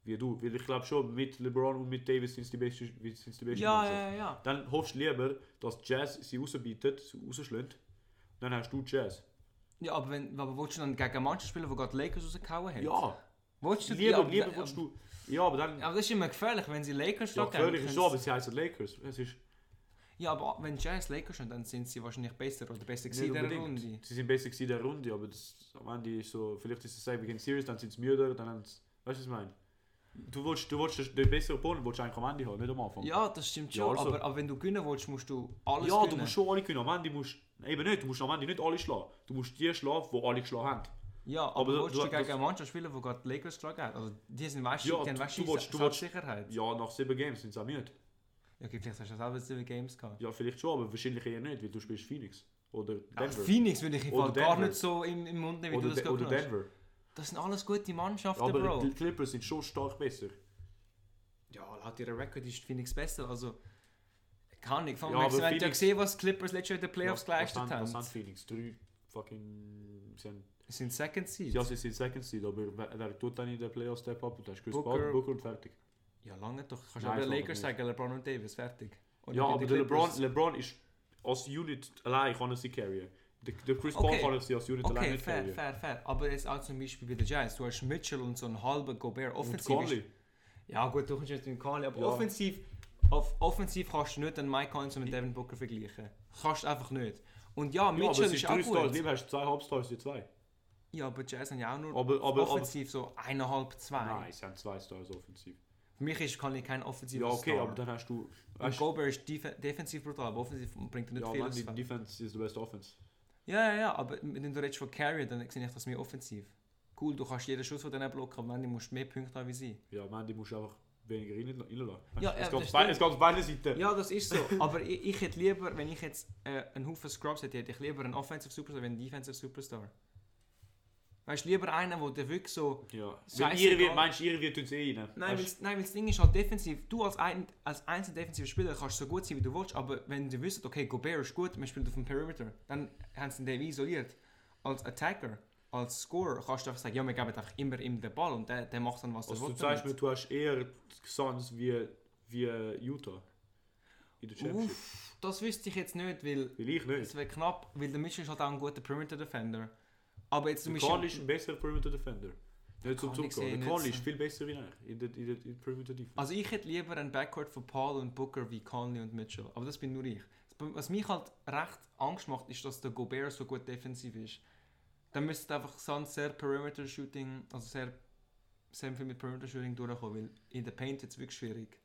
Speaker 1: wie du. Weil ich glaube schon, mit LeBron und mit Davis sind sie die beste, sind's die beste
Speaker 2: ja,
Speaker 1: Mannschaft.
Speaker 2: ja, ja, ja.
Speaker 1: Dann hoffst du lieber, dass die Jazz sie rausbietet, sie rausschlägt. Dann hast du die Jazz.
Speaker 2: Ja, aber, wenn, aber willst du dann gegen eine Mannschaft spielen, die gerade die Lakers rausgehauen hat?
Speaker 1: Ja,
Speaker 2: Willst du
Speaker 1: lieber,
Speaker 2: ja, aber-
Speaker 1: lieber
Speaker 2: aber-
Speaker 1: willst du... Ja, aber dann...
Speaker 2: Aber das ist immer gefährlich, wenn sie Lakers
Speaker 1: Ja,
Speaker 2: schlagen,
Speaker 1: völlig
Speaker 2: können
Speaker 1: so, aber
Speaker 2: sie-
Speaker 1: sie heißen Lakers. Es ist
Speaker 2: Ja, aber wenn Jazz Lakers sind, dann sind sie wahrscheinlich besser oder besser
Speaker 1: nicht
Speaker 2: gewesen in der
Speaker 1: unbedingt.
Speaker 2: Runde.
Speaker 1: Sie sind besser gewesen in der Runde, aber das, am Ende ist so... Vielleicht ist es Save Against Series, dann sind sie müder, dann haben sie... Weißt du, was ich meine? Du willst, du willst den besseren Opponent willst du eigentlich am Ende haben, nicht am Anfang.
Speaker 2: Ja, das stimmt
Speaker 1: Ja,
Speaker 2: schon,
Speaker 1: also-
Speaker 2: aber, aber wenn du gewinnen willst, musst du alles
Speaker 1: ja, du
Speaker 2: gewinnen.
Speaker 1: musst schon alle können. Am Ende musst eben nicht, du musst am Ende nicht alle schlagen. Du musst die schlagen, die alle geschlagen haben.
Speaker 2: Ja, aber,
Speaker 1: Aber du-
Speaker 2: willst du,
Speaker 1: du-
Speaker 2: gegen
Speaker 1: das-
Speaker 2: eine Mannschaft spielen, die gerade die Lakers geschlagen hat? Also, die sind weißt
Speaker 1: Ja,
Speaker 2: die haben
Speaker 1: du-
Speaker 2: weißt
Speaker 1: du willst- du willst-
Speaker 2: Sicherheit. Ja.
Speaker 1: Ja, nach sieben Games sind sie auch müde.
Speaker 2: Okay, vielleicht hast du selber sieben Games gehabt.
Speaker 1: Ja, vielleicht schon, aber wahrscheinlich eher nicht, weil du spielst Phoenix. Oder
Speaker 2: Ach,
Speaker 1: Denver.
Speaker 2: Phoenix würde ich im Fall
Speaker 1: Oder
Speaker 2: gar
Speaker 1: Denver.
Speaker 2: nicht so im, im Mund nehmen, wie
Speaker 1: oder
Speaker 2: du
Speaker 1: De-
Speaker 2: das gerade
Speaker 1: oder
Speaker 2: hast.
Speaker 1: Denver.
Speaker 2: Das sind alles gute Mannschaften,
Speaker 1: Ja, aber
Speaker 2: Bro.
Speaker 1: die Clippers sind schon stark besser.
Speaker 2: Ja, laut ihrer Record ist Phoenix besser, also... Keine Ahnung, vor
Speaker 1: Ja,
Speaker 2: allem,
Speaker 1: aber
Speaker 2: wir haben ja
Speaker 1: Phoenix-
Speaker 2: gesehen, was die Clippers letztes Jahr in den
Speaker 1: was,
Speaker 2: Playoffs
Speaker 1: was,
Speaker 2: geleistet
Speaker 1: haben- was
Speaker 2: haben.
Speaker 1: haben Phoenix? Drei fucking. Sie haben,
Speaker 2: Sie sind Second Seed.
Speaker 1: ja, sie sind Second Seed, aber wer, wer tut dann in der Playoff Step Up? Du hast Chris
Speaker 2: Booker.
Speaker 1: Paul, Booker und fertig.
Speaker 2: Ja, lange doch. Kannst du
Speaker 1: Nein,
Speaker 2: aber
Speaker 1: ich
Speaker 2: den
Speaker 1: glaube
Speaker 2: Lakers
Speaker 1: nicht.
Speaker 2: sagen, LeBron und Davis, fertig. Und
Speaker 1: ja,
Speaker 2: dann
Speaker 1: aber
Speaker 2: die
Speaker 1: der LeBron,
Speaker 2: Clippers-
Speaker 1: LeBron ist als Unit allein kann er sie carryen. Der, der Chris Paul
Speaker 2: Okay.
Speaker 1: kann er sie als Unit allein
Speaker 2: Okay,
Speaker 1: nicht
Speaker 2: fair,
Speaker 1: carryen.
Speaker 2: fair, fair. Aber jetzt auch zum Beispiel bei den Giants. Du hast Mitchell und so einen halben Gobert
Speaker 1: Und
Speaker 2: offensiv.
Speaker 1: Conley.
Speaker 2: ist- Ja, gut, du kannst jetzt mit Conley. Aber
Speaker 1: Ja.
Speaker 2: offensiv, auf, offensiv kannst du nicht den Mike Collins mit Devin Booker vergleichen. Kannst du einfach nicht. Und ja,
Speaker 1: Ja, aber
Speaker 2: Mitchell
Speaker 1: es
Speaker 2: ist
Speaker 1: ist
Speaker 2: auch
Speaker 1: drei Stars,
Speaker 2: gut.
Speaker 1: lieber hast du zwei Halbstars, die zwei.
Speaker 2: Ja, aber die Giants haben ja auch nur
Speaker 1: Aber- aber-
Speaker 2: offensiv so eineinhalb, zwei.
Speaker 1: Nein, sie haben zwei Stars offensiv.
Speaker 2: Für mich ist Conley kein offensiver
Speaker 1: Ja, okay,
Speaker 2: Star.
Speaker 1: aber dann hast du.
Speaker 2: und
Speaker 1: Weißt, du,
Speaker 2: Gobert ist def defensiv brutal, aber offensiv bringt er nicht
Speaker 1: ja,
Speaker 2: viel
Speaker 1: Mann,
Speaker 2: aufs
Speaker 1: die
Speaker 2: Feld.
Speaker 1: Defense ist die beste Offense.
Speaker 2: Ja, ja, ja, aber wenn du redest von Carrier, dann sehe ich das mehr offensiv. Cool, du kannst jeden Schuss von denen blocken, aber am Ende musst du mehr Punkte haben wie sie.
Speaker 1: Ja, man, die musst du einfach weniger rein- reinlassen.
Speaker 2: Ja,
Speaker 1: es
Speaker 2: ja,
Speaker 1: geht
Speaker 2: das
Speaker 1: auf beide- es geht auf beide Seiten.
Speaker 2: Ja, das ist so. Aber ich, ich hätte lieber, wenn ich jetzt äh, einen Haufen Scrubs hätte, hätte ich lieber einen Offensive Superstar, wenn einen Defensive Superstar. Weißt du, lieber einen, wo der wirklich so.
Speaker 1: Ja. Wenn
Speaker 2: Scheißegal.
Speaker 1: ihr wird, meinst du, ihr wird uns eh rein?
Speaker 2: Nein,
Speaker 1: Weißt
Speaker 2: weil's, nein, weil das Ding ist halt defensiv. Du als, ein, als einzelner defensiver Spieler kannst so gut sein, wie du willst, aber wenn du wüsstest, okay, Gobert ist gut, man spielt auf dem Perimeter, dann haben sie ihn dann wie isoliert. Als Attacker, als Scorer kannst du einfach sagen, ja, wir geben einfach immer ihm den Ball und der, der macht dann, was
Speaker 1: du, also,
Speaker 2: er
Speaker 1: du
Speaker 2: will.
Speaker 1: zeigst mir,
Speaker 2: damit.
Speaker 1: du hast eher Suns wie, wie Utah. In der Championship.
Speaker 2: Uff, das wüsste ich jetzt nicht, weil
Speaker 1: Will ich
Speaker 2: Es
Speaker 1: nicht.
Speaker 2: wäre knapp, weil der Mitchell ist halt auch ein guter Perimeter Defender. Aber jetzt zum
Speaker 1: Der
Speaker 2: Beispiel.
Speaker 1: Conley ist ein besserer Perimeter Defender. Nicht zum
Speaker 2: Conley
Speaker 1: Zug gehen. Der
Speaker 2: sehe ich
Speaker 1: Conley
Speaker 2: nicht
Speaker 1: ist
Speaker 2: so.
Speaker 1: viel besser wie er in der, in der, in der Perimeter Defense.
Speaker 2: Also ich hätte lieber einen Backcourt von Paul und Booker wie Conley und Mitchell. Aber das bin nur ich. Was mich halt recht Angst macht, ist, dass der Gobert so gut defensiv ist. Dann müsste einfach Suns sehr Perimeter Shooting, also sehr, sehr viel mit Perimeter Shooting durchkommen, weil in der Paint jetzt wirklich schwierig.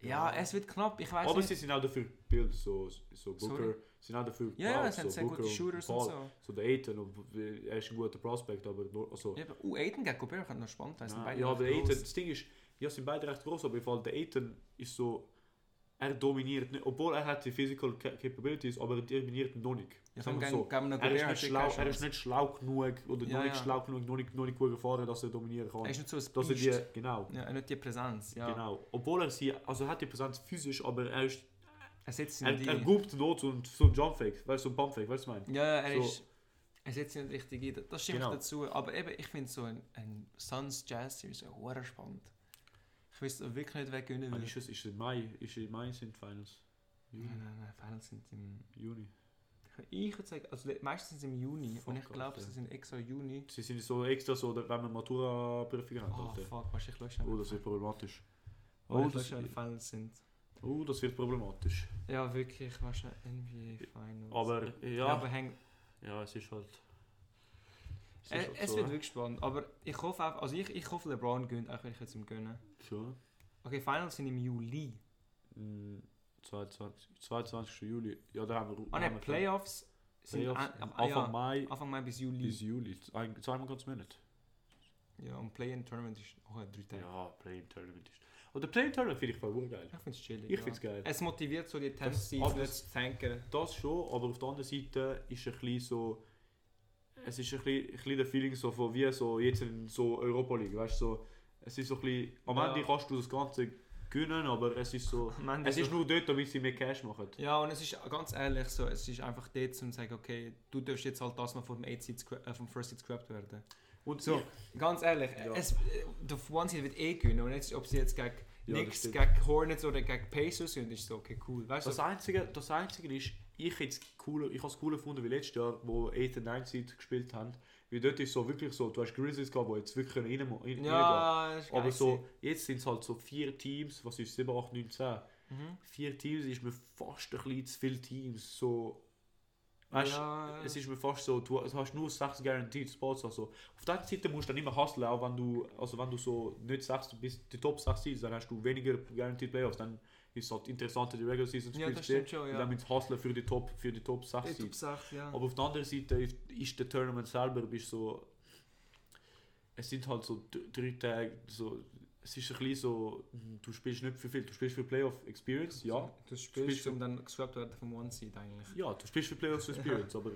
Speaker 2: Ja, es wird knapp, ich weiß
Speaker 1: Aber
Speaker 2: nicht.
Speaker 1: sie sind auch dafür gebildet, so, so Booker.
Speaker 2: Sorry.
Speaker 1: sind auch dafür
Speaker 2: Ja, ja,
Speaker 1: gebaut,
Speaker 2: es sind sehr
Speaker 1: Booker
Speaker 2: gute Shooters und
Speaker 1: Paul.
Speaker 2: so.
Speaker 1: So der Aiton, und äh, er ist ein guter Prospect, aber nur, also,
Speaker 2: Ja, aber U uh, Aiden gegen Gobert könnte noch spannend sein. sind
Speaker 1: nein,
Speaker 2: beide
Speaker 1: ja,
Speaker 2: recht
Speaker 1: aber der
Speaker 2: gross.
Speaker 1: Aiton, das Ding ist, Ja, sind beide recht groß, aber im Fall der Aiton ist so. Er dominiert nicht, obwohl er hat die Physical Ca- Capabilities, aber er dominiert noch nicht.
Speaker 2: Ja,
Speaker 1: Sagen
Speaker 2: vom
Speaker 1: wir
Speaker 2: gegen, gegen einen
Speaker 1: Er ist, nicht
Speaker 2: Guerrero hat
Speaker 1: schlau, er
Speaker 2: keine
Speaker 1: ist
Speaker 2: Chance.
Speaker 1: nicht schlau genug oder
Speaker 2: Ja,
Speaker 1: noch nicht
Speaker 2: ja.
Speaker 1: schlau genug, noch nicht, noch nicht gut gefahren, dass er dominieren kann.
Speaker 2: Er ist nicht so ein
Speaker 1: Dass er
Speaker 2: Biest.
Speaker 1: die, genau,
Speaker 2: Ja, er hat nicht die Präsenz. Ja.
Speaker 1: genau. Obwohl er sie, also er hat die Präsenz physisch, aber er ist,
Speaker 2: Er setzt
Speaker 1: er,
Speaker 2: in die...
Speaker 1: er gubt noch so ein so ein Jumpfake, weißt du, so ein Bumpfake, weißt du, was ich meine?
Speaker 2: Ja, ja, er
Speaker 1: So.
Speaker 2: ist. Er setzt ihn nicht richtig ein. Das stimmt
Speaker 1: Genau.
Speaker 2: dazu. Aber eben, ich finde so ein, ein Suns Jazz Series so hure spannend. Ich wüsste wirklich nicht, wer gewinnen
Speaker 1: Wann
Speaker 2: will.
Speaker 1: ist es? Ist es im Mai? Ist es im Mai sind die Finals?
Speaker 2: Nein,
Speaker 1: Juni?
Speaker 2: nein, nein, Finals sind im.
Speaker 1: Juni.
Speaker 2: Ich würde sagen, also le- meistens sind sie im Juni.
Speaker 1: Fuck,
Speaker 2: und ich glaube,
Speaker 1: Alter.
Speaker 2: sie sind extra Juni.
Speaker 1: Sie sind so extra so, wenn man Matura-Prüfung hat.
Speaker 2: Oh
Speaker 1: Alter.
Speaker 2: fuck, weißt du, ich schaue schon.
Speaker 1: Oh, das wird problematisch.
Speaker 2: Oh,
Speaker 1: Oh,
Speaker 2: ich schaue
Speaker 1: das,
Speaker 2: schon, wenn die Finals sind.
Speaker 1: oh, das wird problematisch.
Speaker 2: Ja, wirklich, weißt du, NBA Finals.
Speaker 1: Aber
Speaker 2: Ja,
Speaker 1: äh, ja,
Speaker 2: aber häng,
Speaker 1: ja, es ist halt. Es,
Speaker 2: äh,
Speaker 1: halt
Speaker 2: es
Speaker 1: so,
Speaker 2: wird
Speaker 1: ne?
Speaker 2: wirklich spannend. Aber ich hoffe auch, also ich, ich hoffe, LeBron gönnt, auch wenn ich jetzt ihm gönne.
Speaker 1: Schon.
Speaker 2: Okay, Finals sind im Juli.
Speaker 1: Mm, 22, 22. Juli. Ja, da haben wir.
Speaker 2: Ah
Speaker 1: haben
Speaker 2: ne,
Speaker 1: wir-
Speaker 2: Playoffs sind
Speaker 1: Playoffs
Speaker 2: an- ab- ah,
Speaker 1: Anfang
Speaker 2: ja,
Speaker 1: Mai
Speaker 2: Anfang Mai bis Juli.
Speaker 1: bis Juli. Ein, zweimal ganz Minute.
Speaker 2: Ja, und Play-In-Tournament ist auch ein drei Tage.
Speaker 1: Ja, Play-in-Tournament ist. Und der Play-in-Tournament finde ich voll gut geil.
Speaker 2: Ich finde es chillig.
Speaker 1: Ich
Speaker 2: ja.
Speaker 1: finde es geil.
Speaker 2: Es motiviert so die
Speaker 1: Das-
Speaker 2: Tennis-Season
Speaker 1: aber
Speaker 2: nicht
Speaker 1: das- (laughs)
Speaker 2: zu tanken.
Speaker 1: Das schon, aber auf der anderen Seite ist ein bisschen so. Es ist ein bisschen, ein bisschen der Feeling so von wie so jetzt in so Europa League. Weißt du, so, es ist so ein bisschen. Am
Speaker 2: Ja.
Speaker 1: Ende kannst du das Ganze gewinnen, aber es ist so.
Speaker 2: Am Ende
Speaker 1: Es ist nur dort, damit sie mehr Cash machen.
Speaker 2: ja, und es ist ganz ehrlich so, es ist einfach dort, um zu sagen, okay, du darfst jetzt halt das noch vom, Eight Seed scra- äh, vom First Seed scrapped werden.
Speaker 1: Und
Speaker 2: So,
Speaker 1: ich-
Speaker 2: ganz ehrlich,
Speaker 1: Ja.
Speaker 2: es, äh, der One Seed wird eh gewinnen. Und jetzt, ob sie jetzt gegen
Speaker 1: Ja, das
Speaker 2: Knicks,
Speaker 1: stimmt.
Speaker 2: gegen Hornets oder gegen Pacers sind, ist so, okay, cool. Weißt du,
Speaker 1: Das einzige, das einzige ist, ich hätte es cooler, ich habe es cooler gefunden wie letztes Jahr, wo 8 und 9 Seed gespielt haben. Weil dort ist so wirklich so, du hast Grizzlies gehabt, die jetzt wirklich rein, rein, rein
Speaker 2: ja, ist
Speaker 1: Aber
Speaker 2: geil
Speaker 1: so, jetzt sind es halt so vier Teams, was ist 7, 8, 9, 10.
Speaker 2: Mhm.
Speaker 1: Vier Teams ist mir fast ein bisschen zu viele Teams. So, weißt,
Speaker 2: Ja.
Speaker 1: Es ist mir fast so, du hast nur sechs Guaranteed Spots. Also. Auf der anderen Seite musst du dann immer hustlen, auch wenn du, also wenn du so nicht sechs bis die Top 6 siehst, dann hast du weniger Guaranteed Playoffs. Dann ist es halt interessanter, die Regular Season zu
Speaker 2: Ja, das
Speaker 1: spielen.
Speaker 2: stimmt schon,
Speaker 1: Und
Speaker 2: ja.
Speaker 1: dann mit Hustlen für die Top, für die Top 6
Speaker 2: gewesen.
Speaker 1: Seeds.
Speaker 2: Top 8, ja.
Speaker 1: Aber auf der anderen Seite ist, ist der Tournament selber bist so. Es sind halt so d- drei Tage. So, es ist ein bisschen so, du spielst nicht für viel, du spielst für Playoff Experience, ja.
Speaker 2: Du
Speaker 1: Spielst
Speaker 2: spielst,
Speaker 1: du-
Speaker 2: um dann geswappt werden vom One Seed eigentlich.
Speaker 1: Ja, du spielst für Playoff
Speaker 2: (laughs)
Speaker 1: Experience, aber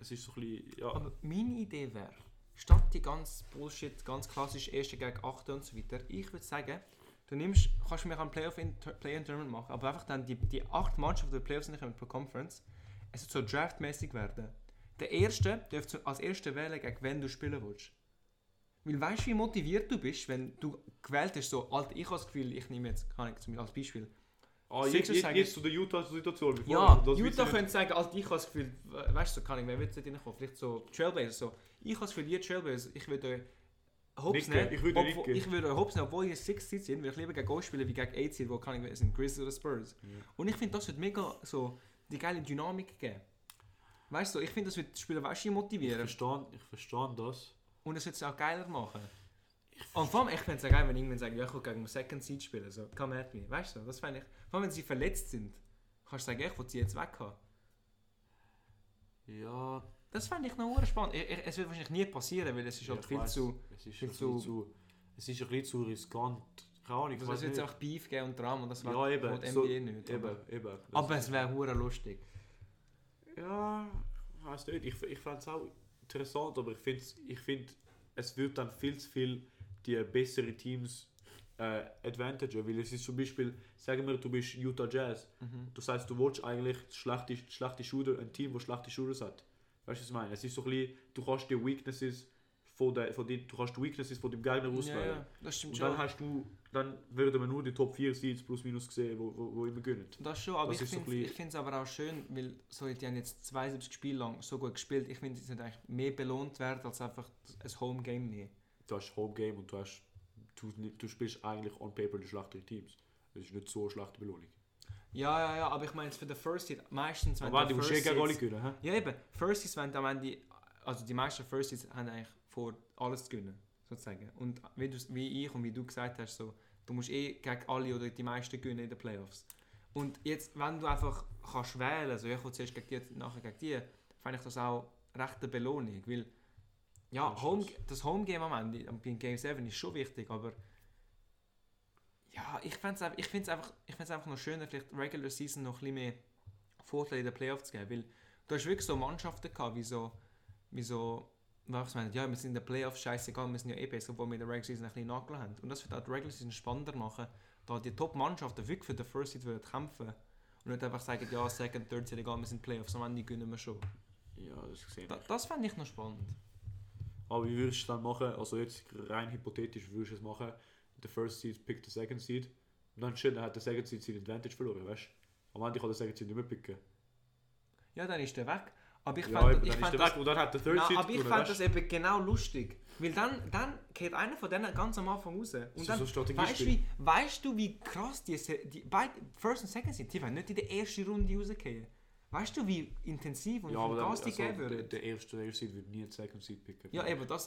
Speaker 1: es ist so ein bisschen. Ja,
Speaker 2: Aber meine Idee wäre, statt die ganze Bullshit, ganz klassisch erste gegen 8 und so weiter, ich würde sagen, du nimmst, kannst mir einen Play-In-Tournament machen, aber einfach dann die, die 8 Mannschaften, die in die Playoffs nicht kommen pro Conference, es wird so draftmäßig werden. Der Erste dürfte als Erster wählen, gegen wen du spielen willst. Weil weißt du, wie motiviert du bist, wenn du gewählt hast, so, Alter, ich habe das Gefühl, ich nehme jetzt, kann ich zum Beispiel als Beispiel,
Speaker 1: ah, jetzt,
Speaker 2: Sixers
Speaker 1: jetzt,
Speaker 2: sagen-
Speaker 1: jetzt zu der Utah-Situation. bevor
Speaker 2: ja,
Speaker 1: wir das
Speaker 2: Utah
Speaker 1: wissen-
Speaker 2: könnte sagen, also ich habe das Gefühl, we- weißt du, so, kann ich, wer wird nicht reinkommen? Vielleicht so Trailblazers, so. Ich habe das Gefühl, ihr Trailblazers, ich würde euch Hops
Speaker 1: Nicken,
Speaker 2: nehmen.
Speaker 1: ich würde
Speaker 2: obwohl-
Speaker 1: nicken.
Speaker 2: Ich würde euch Hops nehmen, obwohl ihr 6 Seed sind, würde ich lieber gegen euch spielen, wie gegen 8 Seed, wo kann ich, es sind Grizzlies oder Spurs.
Speaker 1: Ja.
Speaker 2: Und ich finde, das wird mega so die geile Dynamik geben. Weißt du, ich finde, das wird die Spieler weißt du,
Speaker 1: Ich
Speaker 2: motivieren.
Speaker 1: verstehe, ich verstehe das.
Speaker 2: Und es wird es auch geiler machen. Und vor allem, ich fände es geil, wenn irgendwann sagen, ja, ich will gegen den Second Seed spielen, so, come at me. Weißt du, das fände ich. Vor allem, wenn sie verletzt sind, kannst du sagen, ja, ich will sie jetzt weg haben.
Speaker 1: Ja,
Speaker 2: Das fände ich noch spannend. Ich, ich, es wird wahrscheinlich nie passieren, weil es ist
Speaker 1: ja,
Speaker 2: halt
Speaker 1: ich
Speaker 2: viel
Speaker 1: weiss,
Speaker 2: zu.
Speaker 1: Es ist,
Speaker 2: viel
Speaker 1: ein bisschen
Speaker 2: zu-
Speaker 1: zu. Es ist ein bisschen zu riskant. Keine Ahnung, ich
Speaker 2: Also
Speaker 1: weiss
Speaker 2: es wird
Speaker 1: nicht.
Speaker 2: auch Beef geben und Drama, das
Speaker 1: Ja, eben.
Speaker 2: will die
Speaker 1: so-
Speaker 2: NBA nicht. aber
Speaker 1: eben, eben. Das
Speaker 2: aber
Speaker 1: ist-
Speaker 2: es wäre hure lustig.
Speaker 1: Ja, weiß nicht. Ich, ich fände es auch interessant, aber ich finde, ich find, es wird dann viel zu viel die besseren Teams äh, advantagen. Weil es ist zum Beispiel, sagen wir, du bist Utah Jazz. Das heißt, du willst eigentlich schlechte, schlechte Shooter, ein Team, das schlechte Shooters hat. Weißt du, was ich meine? Es ist so ein bisschen, du kannst die Weaknesses von, der, von, den, du kannst die Weaknesses von dem Gegner auswählen.
Speaker 2: Ja, ja, das stimmt
Speaker 1: Und dann halt-
Speaker 2: schon.
Speaker 1: hast du, dann würden wir nur die Top 4 Seeds plus minus sehen, wo, wo, wo immer gönnen.
Speaker 2: Das schon, aber
Speaker 1: das
Speaker 2: ich
Speaker 1: ist so
Speaker 2: finde
Speaker 1: ein bisschen-
Speaker 2: es aber auch schön, weil so, die haben jetzt 72 Spiele lang so gut gespielt. Ich finde, sie sind eigentlich mehr belohnt wert als einfach ein Home Game nehmen.
Speaker 1: du hast Home Game und du hast du, du spielst eigentlich on paper die schlechtere Teams. Das ist nicht so eine schlechte Belohnung.
Speaker 2: Ja, ja, ja, aber ich meine, jetzt für den First Seed, meistens wenn
Speaker 1: Aber warte,
Speaker 2: der
Speaker 1: du musst eh
Speaker 2: First
Speaker 1: gegen alle
Speaker 2: Seeds-
Speaker 1: gewinnen, hä?
Speaker 2: Ja, eben. First Seeds wollen am Ende, also die meisten First Seeds haben eigentlich vor, alles zu gewinnen, sozusagen. Und wie, du, wie ich und wie du gesagt hast, so, du musst eh gegen alle oder die meisten gewinnen in den Playoffs. Und jetzt, wenn du einfach kannst wählen, also ich will zuerst gegen die, nachher gegen die, fände ich das auch recht eine Belohnung, weil ja,
Speaker 1: Das ist
Speaker 2: Home,
Speaker 1: das.
Speaker 2: das Homegame am Ende, am- bei Game 7 ist schon wichtig, aber ja, ich fände es einfach, ich find's einfach, ich find's einfach noch schöner, vielleicht Regular Season noch ein bisschen mehr Vorteile in den Playoffs zu geben, weil du hast wirklich so Mannschaften gehabt, wie so, wie so, was meint, ja, wir sind in den Playoffs scheißegal, wir sind ja eh besser, obwohl wir in der Regular Season ein bisschen nachgelassen haben. Und das wird auch die Regular Season spannender machen, da die Top-Mannschaften wirklich für den First Seed würden kämpfen und nicht einfach sagen, ja, Second, Third Seed, egal, wir sind Playoffs, am Ende gewinnen wir schon.
Speaker 1: Ja, das gesehen.
Speaker 2: Da, das fände ich noch spannend.
Speaker 1: Aber wie würdest du es dann machen? Also jetzt rein hypothetisch würdest du es machen. Der First Seed pickt den Second Seed. Und dann schön, dann hat der Second Seed seinen Advantage verloren, weißt du? Am Ende kann der Second Seed nicht mehr picken.
Speaker 2: Ja, dann ist der weg. Aber ich
Speaker 1: ja,
Speaker 2: fänd-
Speaker 1: eben, dann
Speaker 2: ich
Speaker 1: ist
Speaker 2: fänd
Speaker 1: der
Speaker 2: das-
Speaker 1: weg und dann hat der Third
Speaker 2: Nein,
Speaker 1: Seed
Speaker 2: aber ich
Speaker 1: gewonnen,
Speaker 2: fand
Speaker 1: weißt
Speaker 2: das
Speaker 1: du?
Speaker 2: eben genau lustig. Weil dann, dann geht einer von denen ganz am Anfang raus. Und
Speaker 1: ist so
Speaker 2: dann,
Speaker 1: ein
Speaker 2: weißt, du,
Speaker 1: Strategiespiel.
Speaker 2: wie, weißt du, wie krass die, Se- die beide First und Second sind? Die werden nicht in der ersten Runde rausgehen. Weißt du, wie intensiv und
Speaker 1: Ja,
Speaker 2: ja,
Speaker 1: aber
Speaker 2: viel
Speaker 1: dann,
Speaker 2: Gas
Speaker 1: also,
Speaker 2: die geben
Speaker 1: der,
Speaker 2: würden?
Speaker 1: der erste, der erste Seed wird nie den Second Seed picken.
Speaker 2: Ja, eben, das,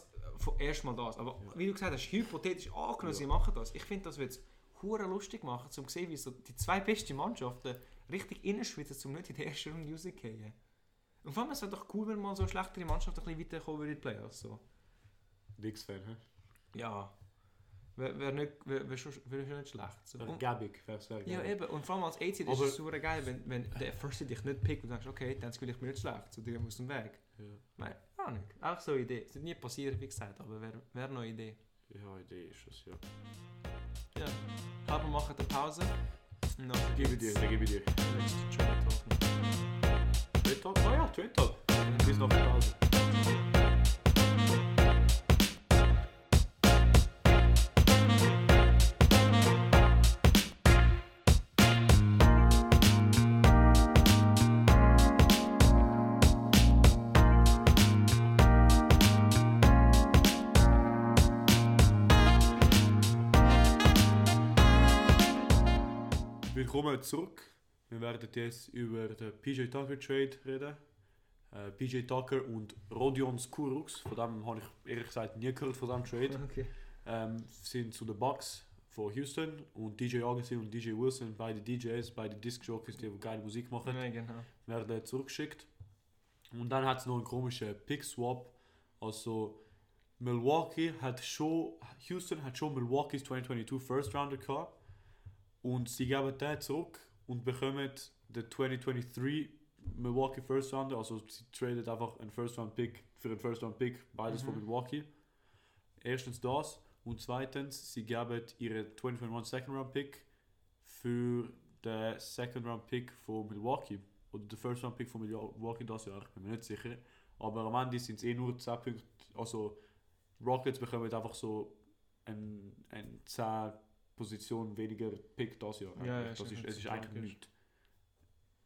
Speaker 2: äh, erstmal das. Aber
Speaker 1: Ja.
Speaker 2: wie du gesagt hast, hypothetisch angenommen,
Speaker 1: Ja.
Speaker 2: sie machen das. Ich finde, das wird es lustig machen, um zu sehen, wie so die zwei besten Mannschaften richtig reinschwitzen, um nicht in der ersten Runde rausgehen. Und vor allem, es wäre doch cool, wenn mal so eine schlechtere Mannschaft ein bisschen weiterkommen würde in die Playoffs. So.
Speaker 1: Nix-Fan, hä?
Speaker 2: Ja. Wäre wär nicht, wär, wär schon, wär schon nicht schlecht. So.
Speaker 1: Wäre
Speaker 2: Und,
Speaker 1: Gäbig, wäre es
Speaker 2: ja, eben. Und vor allem als AC ist
Speaker 1: Aber-
Speaker 2: es super geil, wenn, wenn der First dich nicht pickt und du sagst, okay, dann fühle ich mich nicht schlecht. So, der muss den Weg. Nein, auch nicht. Auch so eine Idee. Es wird nie passieren, wie gesagt, aber wäre wär noch eine Idee.
Speaker 1: Ja, Idee ist das, ja.
Speaker 2: Ja. Aber wir machen eine Pause. Und dann
Speaker 1: Gebe dir, dann gebe dir.
Speaker 2: Letzte Job.
Speaker 1: Twin Talk? Ah ja, Twin Talk. Bis nach der Pause. Willkommen zurück. Wir werden jetzt über den PJ Tucker Trade reden. Äh, PJ Tucker und Rodion Skurux, von dem habe ich ehrlich gesagt nie gehört von diesem
Speaker 2: (laughs)
Speaker 1: Trade,
Speaker 2: Okay.
Speaker 1: ähm, sind zu den Bucks von Houston und DJ Augustin und DJ Wilson, beide DJs, beide Disc Jockeys, die geile Musik machen
Speaker 2: Ja, genau.
Speaker 1: werden zurückgeschickt. Und dann hat es noch einen komischen Pick-Swap. Also Milwaukee hat schon, Houston hat schon Milwaukees 2022 First Rounder gehabt. Und sie geben den zurück und bekommen den 2023 Milwaukee First Rounder. Also sie traden einfach einen First Round Pick für einen First Round Pick, beides von
Speaker 2: Mhm.
Speaker 1: Milwaukee. Erstens das. Und zweitens, sie geben ihre 2021 Second Round Pick für den Second Round Pick von Milwaukee. Oder den First Round Pick von Milwaukee das Jahr, ich bin mir nicht sicher. Aber am Ende sind es eh nur 10 Punkte. Also Rockets bekommen einfach so ein, ein 10 Position weniger Pick das Jahr.
Speaker 2: Ja, ja,
Speaker 1: eigentlich.
Speaker 2: ist
Speaker 1: das ist,
Speaker 2: nicht
Speaker 1: es
Speaker 2: so
Speaker 1: ist eigentlich
Speaker 2: tragisch.
Speaker 1: nichts.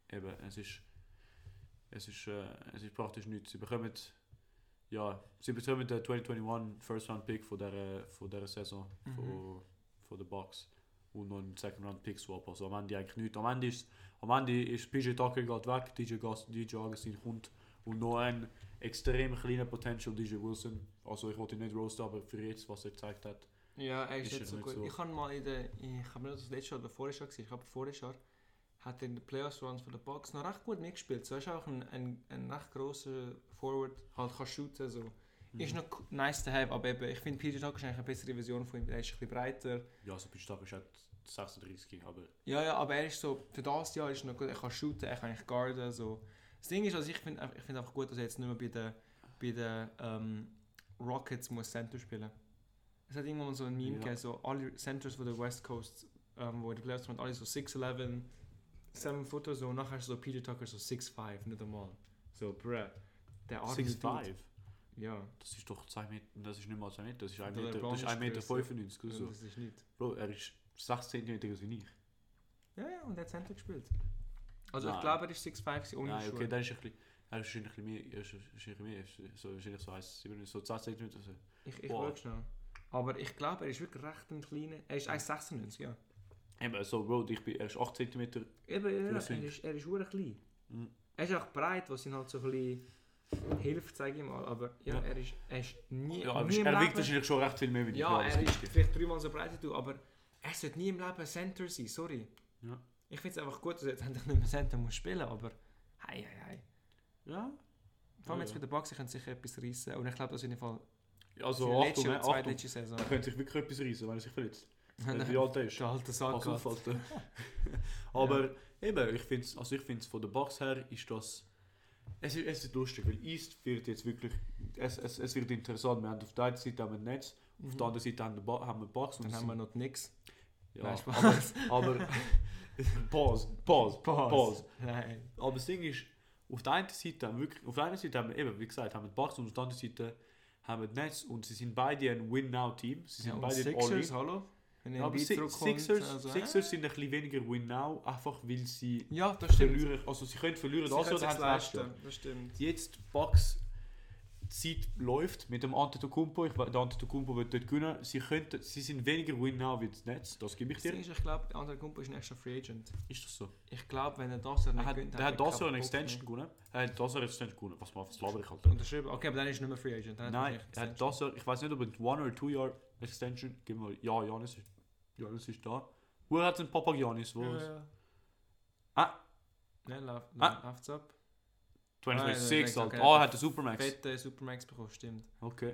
Speaker 1: Eben, es ist, es, ist, äh, es ist praktisch nichts. Sie bekommen, ja, sie bekommen den 2021 First Round Pick von dieser, von dieser Saison,
Speaker 2: Mhm.
Speaker 1: von, von den Bucks. Und noch einen Second Round Pick Swap. Also am Ende eigentlich nichts. Am Ende ist, am Ende ist PJ Tucker geht weg, DJ Gas, DJ Augustin kommt und noch ein extrem kleiner Potential DJ Wilson. Also ich wollte ihn nicht roasten, aber für jetzt, was er gezeigt hat.
Speaker 2: Ja, er ist
Speaker 1: Ist
Speaker 2: nicht
Speaker 1: er
Speaker 2: so
Speaker 1: nicht
Speaker 2: gut.
Speaker 1: so.
Speaker 2: Ich habe mal in der, ich habe nicht das letzte Jahr oder voriges Jahr gesehen, ich glaube voriges Jahr, hat er in den Playoffs Runs von der Box noch recht gut mitgespielt. So ist auch ein, ein, ein recht grosser Forward, halt kann shooten. So. Ist
Speaker 1: Mhm.
Speaker 2: noch co- nice to have, aber eben, ich finde PJ Tucker ist eigentlich eine bessere Version von ihm, er ist ein bisschen breiter.
Speaker 1: Ja, also PJ Tucker ist halt 36, aber
Speaker 2: Ja, ja, aber er ist so, für das Jahr ist er noch gut, er kann shooten, er kann eigentlich guarden. So. Das Ding ist, also ich finde ich find einfach gut, dass er jetzt nicht mehr bei den bei den ähm, Rockets muss Center spielen. Es hat irgendwann mal so ein Meme
Speaker 1: Ja.
Speaker 2: gegeben, so alle Centers von der West Coast, ähm, wo die Playoffs waren, alle so 6'11, 7 Footer so, und nachher so PJ Tucker so 6'5, nicht einmal. So, bruh. Der arme
Speaker 1: 6'5.
Speaker 2: Dude. Ja,
Speaker 1: Das ist doch 2 Meter, das ist nicht mal 2 Meter, das ist 1
Speaker 2: Der
Speaker 1: Meter,
Speaker 2: LeBron
Speaker 1: das ist
Speaker 2: ist
Speaker 1: 1 Meter
Speaker 2: grösser.
Speaker 1: 95 oder
Speaker 2: also.
Speaker 1: so.
Speaker 2: das ist nicht.
Speaker 1: Bro, er ist 6 cm als ich.
Speaker 2: Ja, ja, und der hat Center gespielt. Also ich
Speaker 1: Nein.
Speaker 2: glaube, er ist 6'5 gewesen, ohne
Speaker 1: Nein,
Speaker 2: Schuhe.
Speaker 1: okay, dann ist er ein bisschen, er ist wahrscheinlich ein bisschen mehr, er ist wahrscheinlich mehr, er ist so, wahrscheinlich so 1, 7, so 10 cm oder so.
Speaker 2: Ich, ich
Speaker 1: Boah.
Speaker 2: schaue schnell. Aber ich glaube, er ist wirklich recht ein kleiner. Er ist 1,96, ja.
Speaker 1: Eben, so Bro, ich bin, er ist 8 cm,
Speaker 2: Eben, ja,
Speaker 1: Für
Speaker 2: er
Speaker 1: ein Swing.
Speaker 2: ist, er ist wirklich klein.
Speaker 1: Mhm.
Speaker 2: Er ist auch breit, was ihn halt so ein bisschen hilft, sage ich mal. Aber ja,
Speaker 1: Ja.
Speaker 2: Er, ist, er ist nie,
Speaker 1: ja, er,
Speaker 2: nie
Speaker 1: ist,
Speaker 2: im
Speaker 1: er wiegt
Speaker 2: Leben...
Speaker 1: wahrscheinlich schon recht viel mehr wie ich.
Speaker 2: ja,
Speaker 1: das
Speaker 2: er
Speaker 1: gibt's
Speaker 2: ist
Speaker 1: dir.
Speaker 2: vielleicht dreimal so breit wie du, aber er sollte nie im Leben Center sein, sorry.
Speaker 1: Ja.
Speaker 2: Ich finde es einfach gut, dass er jetzt endlich nicht mehr Center muss spielen, aber hei, hei, hei.
Speaker 1: Ja,
Speaker 2: Vor allem
Speaker 1: Ja,
Speaker 2: jetzt
Speaker 1: ja.
Speaker 2: bei der Box, sie können sicher etwas reissen. Und ich glaube, das ist auf jeden Fall
Speaker 1: also
Speaker 2: seine letzte
Speaker 1: Achtung,
Speaker 2: oder
Speaker 1: Achtung,
Speaker 2: zweitletzte Saison. (laughs)
Speaker 1: er könnte sich wirklich etwas reissen, wenn er sich verletzt. Äh, Wie alt er ist?
Speaker 2: Der alte
Speaker 1: Pass auf,
Speaker 2: Sack. (laughs)
Speaker 1: Alter. Aber eben, ich finde es also ich find's von der Bucks her ist das. Es ist, es ist lustig, weil East wird jetzt wirklich. Es, es, es wird interessant. Wir haben auf der einen Seite haben wir Netz, auf der anderen Seite haben wir, Ba- haben wir Bucks und
Speaker 2: Mhm. Dann
Speaker 1: es
Speaker 2: haben wir noch nichts.
Speaker 1: sind-
Speaker 2: Nein,
Speaker 1: ja,
Speaker 2: Spaß.
Speaker 1: (laughs) aber,
Speaker 2: (laughs)
Speaker 1: aber Pause, Pause, Pause, Pause.
Speaker 2: Nein.
Speaker 1: Aber das Ding ist, auf der einen Seite haben wir wirklich, auf der einen Seite haben wir eben, wie gesagt, haben wir die Bucks und auf der anderen Seite haben wir die Nets und sie sind beide ein Win-Now-Team. Sie sind
Speaker 2: Ja, und
Speaker 1: beide
Speaker 2: Sixers,
Speaker 1: all
Speaker 2: hallo? Wenn
Speaker 1: in. Aber
Speaker 2: Embiid
Speaker 1: Si-
Speaker 2: zurückkommt,
Speaker 1: Sixers,
Speaker 2: also, äh,
Speaker 1: Sixers sind ein bisschen weniger Win-Now, einfach weil sie
Speaker 2: Ja, das stimmt.
Speaker 1: verlieren, also sie können verlieren,
Speaker 2: Sie
Speaker 1: das
Speaker 2: können
Speaker 1: oder
Speaker 2: es
Speaker 1: haben letztes Jahr.
Speaker 2: leisten. Das stimmt.
Speaker 1: Jetzt die Bucks, die Zeit läuft mit dem Antetokounmpo, ich, we- der Antetokounmpo wird dort gewinnen, sie, könnten, sie sind weniger Win-Now wie die Nets, das gebe ich
Speaker 2: Das Ding
Speaker 1: dir.
Speaker 2: ist, ich glaube, der andere Kumpel ist nächster Free Agent.
Speaker 1: Ist das so?
Speaker 2: Ich glaube, wenn er das Jahr
Speaker 1: Er
Speaker 2: nicht
Speaker 1: hat,
Speaker 2: gewinnt,
Speaker 1: er hat
Speaker 2: er
Speaker 1: das Jahr
Speaker 2: keinen
Speaker 1: eine
Speaker 2: Bock mehr.
Speaker 1: Extension gewonnen. Er hat das Jahr eine Extension gewonnen. Was, was laber ich, Alter?
Speaker 2: Unterschrieben. Okay, aber dann ist er nicht mehr Free Agent. Dann
Speaker 1: Nein,
Speaker 2: hat
Speaker 1: er
Speaker 2: er
Speaker 1: hat das Jahr, ich weiß nicht, ob ein One- oder Two-Year-Extension geben wir. Ja, Janis ist, Janis ist da. Wo hat ein Papa Janis? Wo ist?
Speaker 2: Eh,
Speaker 1: Ah.
Speaker 2: Nein, lauf,
Speaker 1: Ah.
Speaker 2: läuft's ab.
Speaker 1: 26,
Speaker 2: Ah, ja, ja,
Speaker 1: Alter.
Speaker 2: okay.
Speaker 1: Ah, er hat einen Supermax.
Speaker 2: Fette eh, Supermax bekommen, stimmt.
Speaker 1: Okay.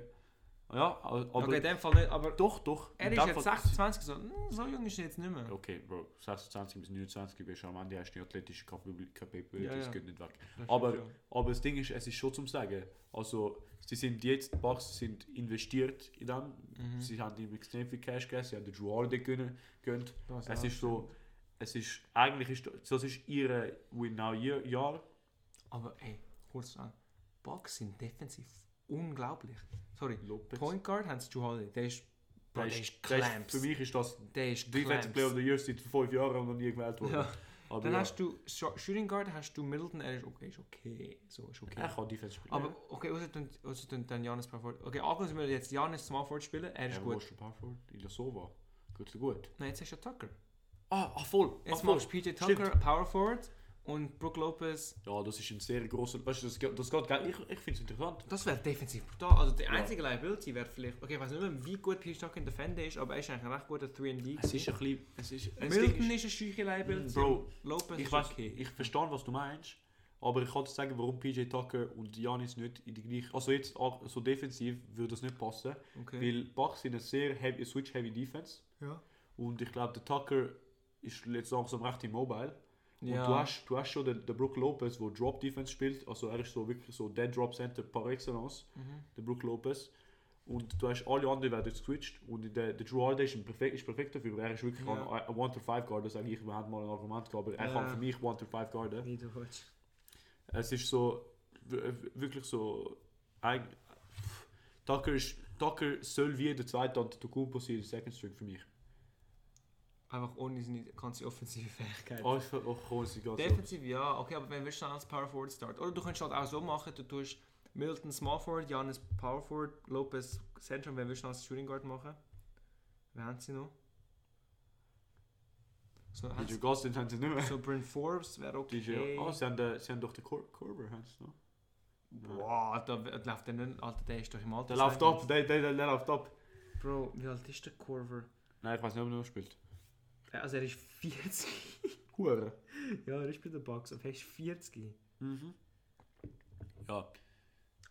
Speaker 1: Ja, aber
Speaker 2: okay, in dem Fall nicht, aber
Speaker 1: doch, doch.
Speaker 2: er
Speaker 1: in
Speaker 2: ist
Speaker 1: dem
Speaker 2: jetzt
Speaker 1: Fall-
Speaker 2: 26, so, hm, so jung ist er jetzt nicht mehr.
Speaker 1: Okay, Bro, 26 bis 29 bist du am Ende, hast du die athletische Kapabil- Kapabilität,
Speaker 2: Ja,
Speaker 1: das
Speaker 2: ja.
Speaker 1: geht nicht weg.
Speaker 2: Das stimmt
Speaker 1: aber-
Speaker 2: schon.
Speaker 1: Aber das Ding ist, es ist schon zum Sagen. Also, sie sind jetzt, die Bucks sind investiert in dem.
Speaker 2: Mhm.
Speaker 1: Sie haben ihm extrem viel Cash gegeben, sie haben den Drew Holiday gönnen- gönnt.
Speaker 2: Das
Speaker 1: Es
Speaker 2: auch.
Speaker 1: ist so, es ist, eigentlich ist das, das ist ihre Win-Now-Jahr.
Speaker 2: Aber ey, kurz an. Bucks sind defensiv unglaublich. Sorry.
Speaker 1: Lopez.
Speaker 2: Point Guard haben sie Drew Holiday. Der ist. Bro,
Speaker 1: Der ist,
Speaker 2: der ist
Speaker 1: der ist,
Speaker 2: Clamps.
Speaker 1: für mich ist das
Speaker 2: Der ist
Speaker 1: Defensive Player of
Speaker 2: Clamps.
Speaker 1: the Year seit fünf Jahren und noch nie gewählt worden.
Speaker 2: Ja.
Speaker 1: Aber
Speaker 2: Dann
Speaker 1: ja,
Speaker 2: hast du Sh- Shooting Guard, hast du Middleton, er ist okay, ist okay. So ist okay.
Speaker 1: er kann Defense spielen.
Speaker 2: Aber okay, außer dann, außer dann, dann Janis Parford. Okay, angenommen, wir jetzt Janis Smallford spielen, er
Speaker 1: er
Speaker 2: ist
Speaker 1: ist
Speaker 2: gut.
Speaker 1: Parford, Ilasova. Geht's dir gut?
Speaker 2: Nein, jetzt hast du ja Tucker.
Speaker 1: Ah, ah voll.
Speaker 2: Jetzt
Speaker 1: ah, voll.
Speaker 2: machst du PJ
Speaker 1: Stimmt.
Speaker 2: Tucker, Power Forward und Brook Lopez.
Speaker 1: Ja, das ist ein sehr großer. Weißt du, das, geht- das geht geil. Ich, ich finde es interessant.
Speaker 2: Das wäre defensiv brutal. Also die
Speaker 1: Ja.
Speaker 2: einzige Liability wäre vielleicht, okay, ich weiß nicht mehr, wie gut PJ Tucker in Defender ist, aber er ist eigentlich ein recht guter 3D.
Speaker 1: Es ist
Speaker 2: gewesen.
Speaker 1: ein bisschen. Es ist, es
Speaker 2: Milton ist eine scheuche Liability.
Speaker 1: Bro,
Speaker 2: Lopez
Speaker 1: ich,
Speaker 2: ist
Speaker 1: weiß,
Speaker 2: okay.
Speaker 1: ich verstehe, was du meinst, aber ich kann dir sagen, warum PJ Tucker und Janis nicht in die gleiche. Also, jetzt auch so defensiv würde das nicht passen,
Speaker 2: okay.
Speaker 1: weil Bucks sind eine sehr heavy, Switch-heavy Defense
Speaker 2: Ja.
Speaker 1: und ich glaube, der Tucker ist jetzt langsam recht immobile. Und
Speaker 2: Ja.
Speaker 1: du, hast, du hast schon den, den Brook Lopez, der Drop Defense spielt. Also er ist so wirklich so der Drop Center par excellence,
Speaker 2: Mhm.
Speaker 1: der Brook Lopez. Und du hast alle anderen werden geswitcht. Und der, der Drew Holiday ist, ein perfekt, ist perfekt dafür, weil er ist wirklich
Speaker 2: Ja.
Speaker 1: ein- ein 1-5-Guard, das sage ich, wir haben mal ein Argument gehabt, aber er
Speaker 2: Ja.
Speaker 1: kann für mich 1-5-Guarden.
Speaker 2: Wie du willst.
Speaker 1: Es ist so w- wirklich so eig- pff, Tucker, ist, Tucker soll wie der zweite Antetokounmpo sein, Second String für mich.
Speaker 2: Einfach ohne seine ganze offensive Fähigkeit.
Speaker 1: Oh, ich, oh, komm, sie geht so.
Speaker 2: Defensiv ja, okay, aber wenn willst du dann als Power Forward starten? Oder du könntest halt auch so machen, du tust Milton Small Forward, Janis Power Forward, Lopez Center, und wenn willst du dann als Shooting Guard machen? Wer haben sie noch? So, haben
Speaker 1: DJ
Speaker 2: sie,
Speaker 1: Gostin haben sie nicht mehr.
Speaker 2: so Bryn Forbes wäre okay.
Speaker 1: DJ, oh, sie haben, den- sie haben doch den Cor Corber, haben sie noch?
Speaker 2: Boah, da w- läuft der nicht, Alter, der ist doch im Alter.
Speaker 1: Der läuft ab, der, der, der, der läuft ab.
Speaker 2: Bro, wie alt ist der Corver?
Speaker 1: Nein, ich weiß nicht, ob er noch spielt.
Speaker 2: Äh, Also er ist 40.
Speaker 1: Hure.
Speaker 2: (laughs) ja, er ist bei der Box, aber er ist 40.
Speaker 1: Mhm. Ja,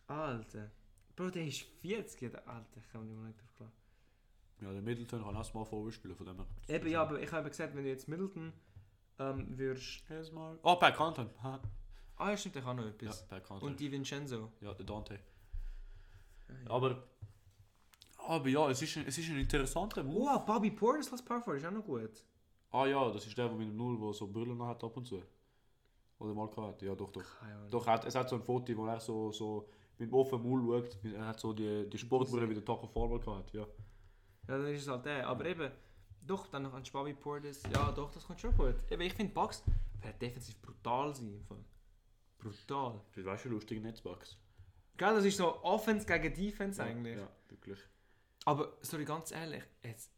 Speaker 2: Alter. Bro, der ist 40, der Alter, ich komme nicht mehr drauf klar.
Speaker 1: ja der Middleton kann erstmal vorwärts spielen, von dem her.
Speaker 2: Eben, ja, aber ich habe gesagt, wenn du jetzt Middleton ähm, würdest.
Speaker 1: Erstmal. Oh, per Kanton. Ha.
Speaker 2: Ah, ja, stimmt, der kann noch
Speaker 1: Ja,
Speaker 2: etwas.
Speaker 1: per Kanton.
Speaker 2: Und die Vincenzo.
Speaker 1: Ja, der Dante.
Speaker 2: ja.
Speaker 1: Aber. Aber ja, es ist ein, es ist ein interessanter Move.
Speaker 2: Oh, Bobby Portis als Powerforward ist auch noch gut.
Speaker 1: Ah ja, das ist der, der mit dem Null, der so Brüllen hat ab und zu. Oder mal hat. Ja, doch, doch.
Speaker 2: Keine Ahnung.
Speaker 1: Doch, er hat, es hat so ein Foto, wo er so, so mit dem offenen Maul schaut. Er hat so die, die Sportbrille wie der Taco Farmer gehabt, ja.
Speaker 2: Ja, dann ist es halt der. Aber eben, doch, dann noch ein Bobby Portis. Ja, doch, das kommt schon gut. Eben, ich finde, Bucks wird defensiv brutal sein. Im Fall. Brutal.
Speaker 1: Das war schon lustig, Netzbugs.
Speaker 2: Gell, das ist so Offense gegen Defense eigentlich.
Speaker 1: Ja, wirklich.
Speaker 2: Aber, sorry, ganz ehrlich, jetzt,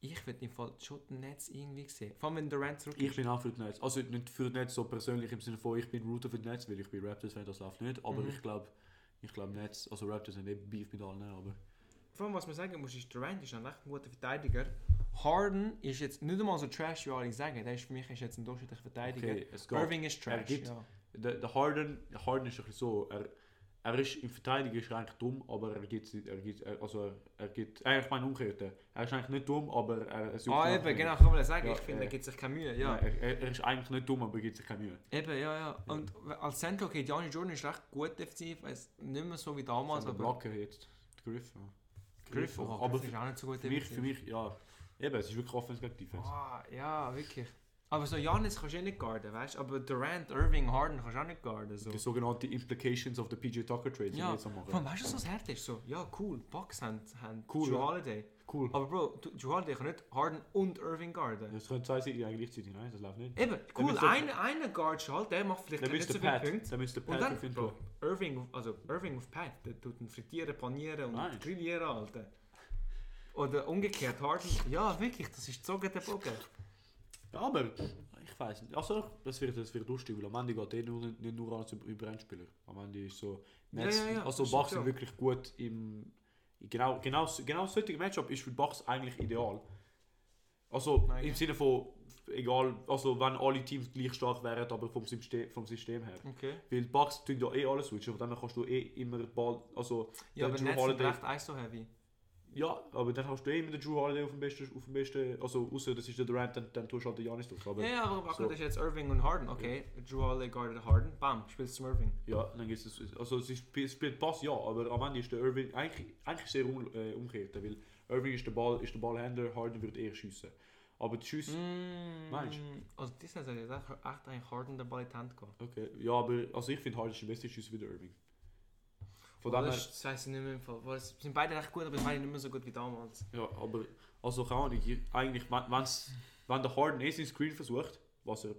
Speaker 2: ich würde im Fall schon den Netz irgendwie sehen. Vor allem, wenn Durant zurück
Speaker 1: Ich bin auch für die Nets. Also nicht für die Nets so persönlich im Sinne von, ich bin Router für die Nets, weil ich bin Raptors fan das läuft nicht. Aber
Speaker 2: Mhm.
Speaker 1: ich glaube, ich glaube Nets, also Raptors haben eben Beef mit allen, aber...
Speaker 2: Vor allem, was man sagen muss, ist, Durant ist ein recht guter Verteidiger. Harden ist jetzt nicht einmal so trash, wie alle sagen. Der ist für mich ist jetzt ein durchschnittlicher Verteidiger.
Speaker 1: Okay, es geht.
Speaker 2: Irving ist
Speaker 1: Er
Speaker 2: trash.
Speaker 1: gibt-
Speaker 2: ja.
Speaker 1: Der, der Harden, der Harden ist ein bisschen so, er, Er ist in Verteidigung ist er eigentlich dumm, aber er gibt, er gibt, er, also er, er gibt, äh, ich meine umgekehrt, er ist eigentlich nicht dumm, aber er, er sucht
Speaker 2: Ah,
Speaker 1: nach
Speaker 2: eben,
Speaker 1: Mühe.
Speaker 2: genau, kann man das sagen.
Speaker 1: Ja,
Speaker 2: ich finde,
Speaker 1: äh,
Speaker 2: er gibt sich keine Mühe. Ja.
Speaker 1: Nein, Er, er, er ist eigentlich nicht dumm, aber er gibt sich keine Mühe.
Speaker 2: Eben, ja, ja. Und als Central geht Johnny Jordan ist recht gut defensiv, also nicht mehr so wie damals,
Speaker 1: Also,
Speaker 2: aber
Speaker 1: Blocker jetzt, Griff, ja.
Speaker 2: Griff, oh,
Speaker 1: aber
Speaker 2: Griff ist auch nicht so gut
Speaker 1: Für mich,
Speaker 2: defensiv.
Speaker 1: für mich, ja. Eben, es ist wirklich offensiv gegen Defense.
Speaker 2: Ah, ja, wirklich. Aber so Janis kannst du eh nicht guarden, weißt du? Aber Durant, Irving, Harden kannst du auch nicht guarden. So.
Speaker 1: Die sogenannten Implications of the PJ Tucker Trade, die wir
Speaker 2: also. Ja,
Speaker 1: jetzt am
Speaker 2: vor
Speaker 1: machen.
Speaker 2: allem, weißt du, was das Härte ist? So, ja, cool, Box haben, haben
Speaker 1: Cool,
Speaker 2: Drew
Speaker 1: ja.
Speaker 2: Holiday.
Speaker 1: Cool.
Speaker 2: Aber Bro, du- Drew Holiday kann nicht Harden und Irving guarden.
Speaker 1: Das können zwei Siege eigentlich gleichzeitig, nein, das läuft nicht.
Speaker 2: Eben, cool,
Speaker 1: müsste-
Speaker 2: einer eine guard halt, der macht vielleicht
Speaker 1: Dann
Speaker 2: nicht
Speaker 1: müsste
Speaker 2: so
Speaker 1: der
Speaker 2: viele
Speaker 1: Pat,
Speaker 2: Punkte.
Speaker 1: dann müsste der
Speaker 2: Und
Speaker 1: Pat
Speaker 2: dann,
Speaker 1: auf ihn
Speaker 2: Bro,
Speaker 1: drauf.
Speaker 2: Irving, auf- also Irving auf Pat, der tut ihn frittieren, panieren und
Speaker 1: Nein.
Speaker 2: grillieren, Alter. Oder umgekehrt, Harden, ja wirklich, das ist so der Bogen.
Speaker 1: Ja, aber ich weiß nicht. Also, das wird, das wird lustig, weil am Ende geht eh nur, nicht nur alles über, über einen Spieler. Am Ende ist so.
Speaker 2: Ja,
Speaker 1: Nets,
Speaker 2: ja, ja,
Speaker 1: also,
Speaker 2: das
Speaker 1: Bucks
Speaker 2: stimmt,
Speaker 1: sind
Speaker 2: ja.
Speaker 1: wirklich gut im. Genau, genau, genau das heutige Matchup ist für die Bucks eigentlich ideal. Also,
Speaker 2: Nein,
Speaker 1: im
Speaker 2: ja.
Speaker 1: Sinne von, egal, also, wenn alle Teams gleich stark wären, aber vom System, vom System her.
Speaker 2: Okay.
Speaker 1: Weil die Bucks tun ja eh alles switchen, von dem her kannst du eh immer den Ball. Also, der
Speaker 2: Ja, aber
Speaker 1: Drew
Speaker 2: Nets sind
Speaker 1: Holiday-
Speaker 2: recht ISO-heavy.
Speaker 1: ja, aber dann hast du eh immer den Drew Holiday auf dem besten, auf dem besten also außer das ist der Durant, dann, dann tust du halt den Janis drauf. Aber
Speaker 2: Ja, ja, aber
Speaker 1: so.
Speaker 2: so. das ist jetzt Irving und Harden, okay. Drew Holiday guardet Harden, bam, spielst zum Irving.
Speaker 1: Ja, dann gibt es. Also, es ist- es spielt Pass, ja, aber am Ende ist der Irving eigentlich, eigentlich sehr un, äh, umgekehrt. Weil Irving ist der, Ball, ist der Ballhändler, Harden wird eher schiessen. Aber die Schüsse.
Speaker 2: Mm,
Speaker 1: Meinst
Speaker 2: Also, dieses Jahr ist echt echt eigentlich Harden der Ball in die Hand gegeben.
Speaker 1: Okay, ja, aber also ich finde Harden ist der beste Schüsse wie der Irving. Von dem
Speaker 2: das,
Speaker 1: her.
Speaker 2: ist- das weiss ich nicht mehr im Fall. Weil es sind beide recht gut, aber ich meine nicht mehr so gut wie damals.
Speaker 1: Ja, aber. Also, keine Ahnung, ich- eigentlich, wenn, wenn's, wenn der Harden eh seinen Screen versucht, was er.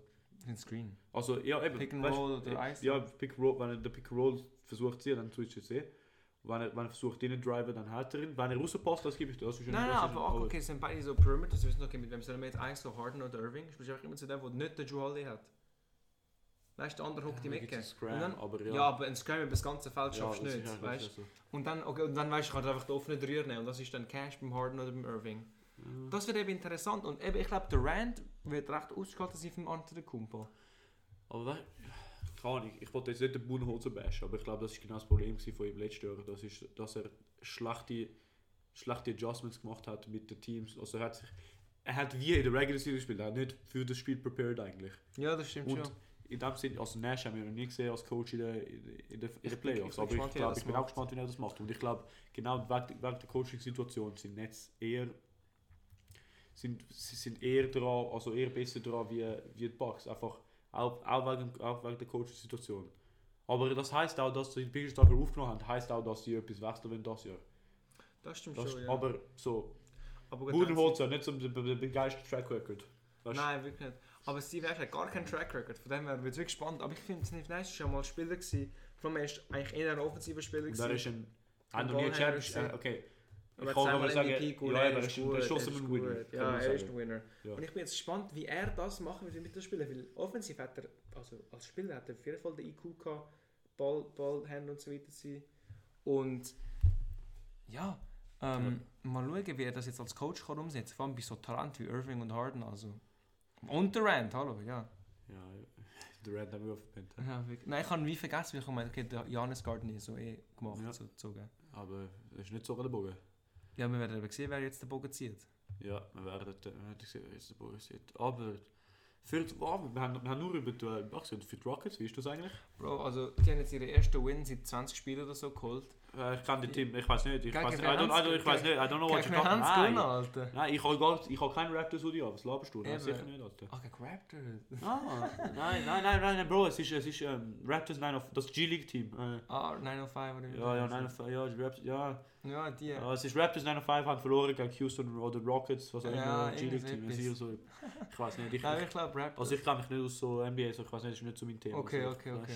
Speaker 2: Den Screen.
Speaker 1: Also, ja, eben.
Speaker 2: Pick and
Speaker 1: weißt- äh,
Speaker 2: Roll oder Ice.
Speaker 1: Ja, Pick and Roll, wenn er den Pick and Roll versucht zu ziehen, dann switcht er zu. eh. Wenn er, wenn er versucht, den Driver, dann hat er ihn. Wenn er rauspasst, das gebe ich dir. Das ist
Speaker 2: Nein, nein,
Speaker 1: das ist-
Speaker 2: aber auch okay, es sind beide so Perimeter, sie wissen, okay, mit wem sollen wir jetzt eigentlich so Harden oder Irving? Spielst du einfach immer zu dem, der nicht den Drew Holiday hat. Weißt du, der andere hockt
Speaker 1: Ja,
Speaker 2: im
Speaker 1: dann gibt's
Speaker 2: Ecke.
Speaker 1: einen Scram,
Speaker 2: Und dann-
Speaker 1: aber ja.
Speaker 2: Ja, aber ein Scram über das ganze Feld schaffst du
Speaker 1: das ist
Speaker 2: nicht,
Speaker 1: halt
Speaker 2: weißt
Speaker 1: wirklich so.
Speaker 2: Und dann, okay, und dann weißt du, ich kann einfach den offenen Dreier nehmen und das ist dann Cash beim Harden oder beim Irving. Das wird eben interessant und eben, ich glaube, Durant wird recht ausgeschaltet sein vom anderen Kumpel.
Speaker 1: Aber weißt keine Ahnung, ich wollte jetzt nicht den Budenholzer bashen, aber ich glaube, das war genau das Problem gewesen von ihm letztes Jahr. Das ist, dass er schlechte, schlechte Adjustments gemacht hat mit den Teams. Also er hat sich, er hat wie in der Regular Season gespielt, er hat nicht für das Spiel prepared eigentlich.
Speaker 2: Ja, das stimmt
Speaker 1: Und in dem Sinne, also Nash haben wir noch nie gesehen als Coach in den in der, in der
Speaker 2: bin- ich
Speaker 1: Playoffs.
Speaker 2: bin
Speaker 1: aber
Speaker 2: gespannt,
Speaker 1: ich,
Speaker 2: wie er
Speaker 1: glaub,
Speaker 2: das
Speaker 1: ich bin auch
Speaker 2: macht.
Speaker 1: gespannt, wie er das macht. Und ich glaube, genau wegen, wegen der Coaching-Situation sind Nets eher sind, sie sind eher dran, also eher besser dran wie, wie die Bucks. Einfach auch, auch, wegen, auch wegen der Coaching-Situation. Aber das heißt auch, dass sie den Biggest Tucker aufgenommen haben, heißt auch, dass sie etwas wechseln wollen das Jahr.
Speaker 2: Das stimmt
Speaker 1: Das,
Speaker 2: schon, ja.
Speaker 1: Aber so,
Speaker 2: aber gut,
Speaker 1: Budenholzer, nicht so der der- der geilste Track Record.
Speaker 2: dann-
Speaker 1: Weißt du?
Speaker 2: Nein, wirklich nicht. Aber Steve Nash hat gar keinen Track Record, von dem her wird es wirklich spannend. Aber ich finde, Steve Nash war schon mal Spieler, gewesen. vor allem er ist eigentlich eher ein offensiver Spieler.
Speaker 1: Und
Speaker 2: gewesen.
Speaker 1: er ist ein.
Speaker 2: Ein
Speaker 1: Ein Turnier
Speaker 2: Ballhändler
Speaker 1: Champions.
Speaker 2: gewesen.
Speaker 1: äh, Okay.
Speaker 2: Aber
Speaker 1: Ich
Speaker 2: jetzt
Speaker 1: kann
Speaker 2: sagen
Speaker 1: aber
Speaker 2: wir
Speaker 1: sagen,
Speaker 2: MVP, gut,
Speaker 1: ja, aber
Speaker 2: er
Speaker 1: er
Speaker 2: ist
Speaker 1: ist ein-
Speaker 2: gut,
Speaker 1: er ist
Speaker 2: er
Speaker 1: trotzdem
Speaker 2: ist
Speaker 1: ein Winner,
Speaker 2: gut.
Speaker 1: kann
Speaker 2: Ja,
Speaker 1: man
Speaker 2: er ist
Speaker 1: sagen.
Speaker 2: ein Winner.
Speaker 1: Ja.
Speaker 2: Und ich bin jetzt gespannt, wie er das machen wird mit den Spielern. Weil offensiv hat er, also als Spieler hat er auf jeden Fall den IQ gehabt, Ball, Ballhändler und so weiter zu sein. Und ja, ähm, mal schauen, wie er das jetzt als Coach kann umsetzen kann. Vor allem bei so Talent wie Irving und Harden. Also. Und Durant, hallo, ja.
Speaker 1: Ja, der Red haben wir aufgepennt.
Speaker 2: ja wirklich. Nein, ich habe wie vergessen, weil ich meine, okay, der Janis Gardner ist so eh gemacht,
Speaker 1: Ja.
Speaker 2: so gezogen.
Speaker 1: Aber es ist nicht so an der Bogen.
Speaker 2: Ja, wir werden eben sehen, wer jetzt den Bogen zieht.
Speaker 1: Ja, wir werden äh, wir werden sehen, wer jetzt der Bogen sieht. Aber für die, oh, wir, haben, wir haben nur über die, ach, für die Rockets, wie ist das eigentlich?
Speaker 2: Bro, also die haben jetzt ihre ersten Win seit 20 Spielen oder so geholt.
Speaker 1: Äh, ich kann den Team, ich weiß nicht. Ich
Speaker 2: Gegen
Speaker 1: weiß nicht, I
Speaker 2: wer
Speaker 1: don't, I
Speaker 2: haben's-
Speaker 1: don't, Oh, ich weiß nicht, I don't know what
Speaker 2: Gegen
Speaker 1: you're
Speaker 2: wir
Speaker 1: talking
Speaker 2: haben es gewonnen,
Speaker 1: Nein,
Speaker 2: Alter.
Speaker 1: nein ich habe gar- ich habe keinen Raptors Hoodie an, was laberst du? Nein,
Speaker 2: Eben.
Speaker 1: sicher nicht, Alter.
Speaker 2: Ah, gegen Raptors.
Speaker 1: Ah, nein, nein, nein, nein, nein, Bro, es ist, es ist ähm, Raptors, nein, auf- das G-League-Team. Äh,
Speaker 2: Ah, 905 oder wie
Speaker 1: ja, ja,
Speaker 2: das
Speaker 1: nein,
Speaker 2: heißt.
Speaker 1: auf- ja, die Raptors, ja.
Speaker 2: Ja, die.
Speaker 1: Ja, es ist Raptors 905 haben verloren gegen Houston oder Rockets, was auch
Speaker 2: Ja,
Speaker 1: immer, G-League-Team.
Speaker 2: irgendetwas.
Speaker 1: es ist eher so- Ich weiß
Speaker 2: (laughs)
Speaker 1: nicht, ich,
Speaker 2: Nein, ich glaube Raptors.
Speaker 1: Also ich kenne mich nicht aus so NBA, so ich weiß nicht, das ist nicht so mein Thema.
Speaker 2: Okay,
Speaker 1: also,
Speaker 2: okay,
Speaker 1: weißt-
Speaker 2: okay.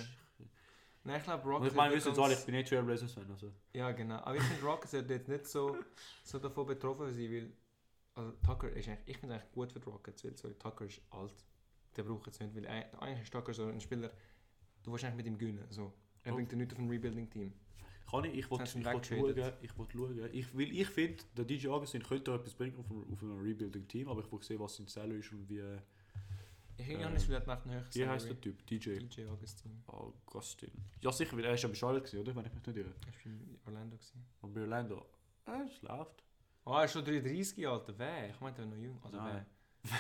Speaker 2: Nein, ich glaube
Speaker 1: Und
Speaker 2: Rockets.
Speaker 1: Also ich meine, wir
Speaker 2: wird
Speaker 1: wissen es alle,
Speaker 2: ganz-
Speaker 1: ich bin nicht Trailblazers-Fan, also.
Speaker 2: Ja, genau. Aber ich finde Rockets wird jetzt nicht so, so davon betroffen sein, weil. Also Tucker ist eigentlich. Ich finde eigentlich gut für die Rockets, weil sorry, Tucker ist alt. Der braucht es nicht, weil eig- eigentlich ist Tucker so ein Spieler, du willst eigentlich mit ihm gewinnen. So. Er
Speaker 1: Oh.
Speaker 2: bringt ihn nicht auf ein Rebuilding-Team.
Speaker 1: Kann ich, ich wollte
Speaker 2: hast
Speaker 1: ich
Speaker 2: ihn
Speaker 1: wollt
Speaker 2: weggetradet.
Speaker 1: schauen, ich wollte schauen. Ich, weil ich finde, der DJ Augustin könnte auch etwas bringen auf, einem- auf einem Rebuilding-Team, aber ich will sehen, was sein Salary ist und wie,
Speaker 2: Ich habe
Speaker 1: Ähm,
Speaker 2: nicht gedacht, nach dem höchsten
Speaker 1: Wie heißt der Typ? DJ
Speaker 2: DJ Augustin.
Speaker 1: Augustin. Ja, sicher, weil er ist ja bei Charlotte, gewesen, oder? Wenn ich mich nicht irre.
Speaker 2: Ich war in Orlando. Gewesen.
Speaker 1: Und bei Orlando. Äh, es läuft.
Speaker 2: Ah, er ist schon 33 Alter. Wer? Ich meinte, er war noch jung. Also
Speaker 1: Nein.
Speaker 2: wer? Ich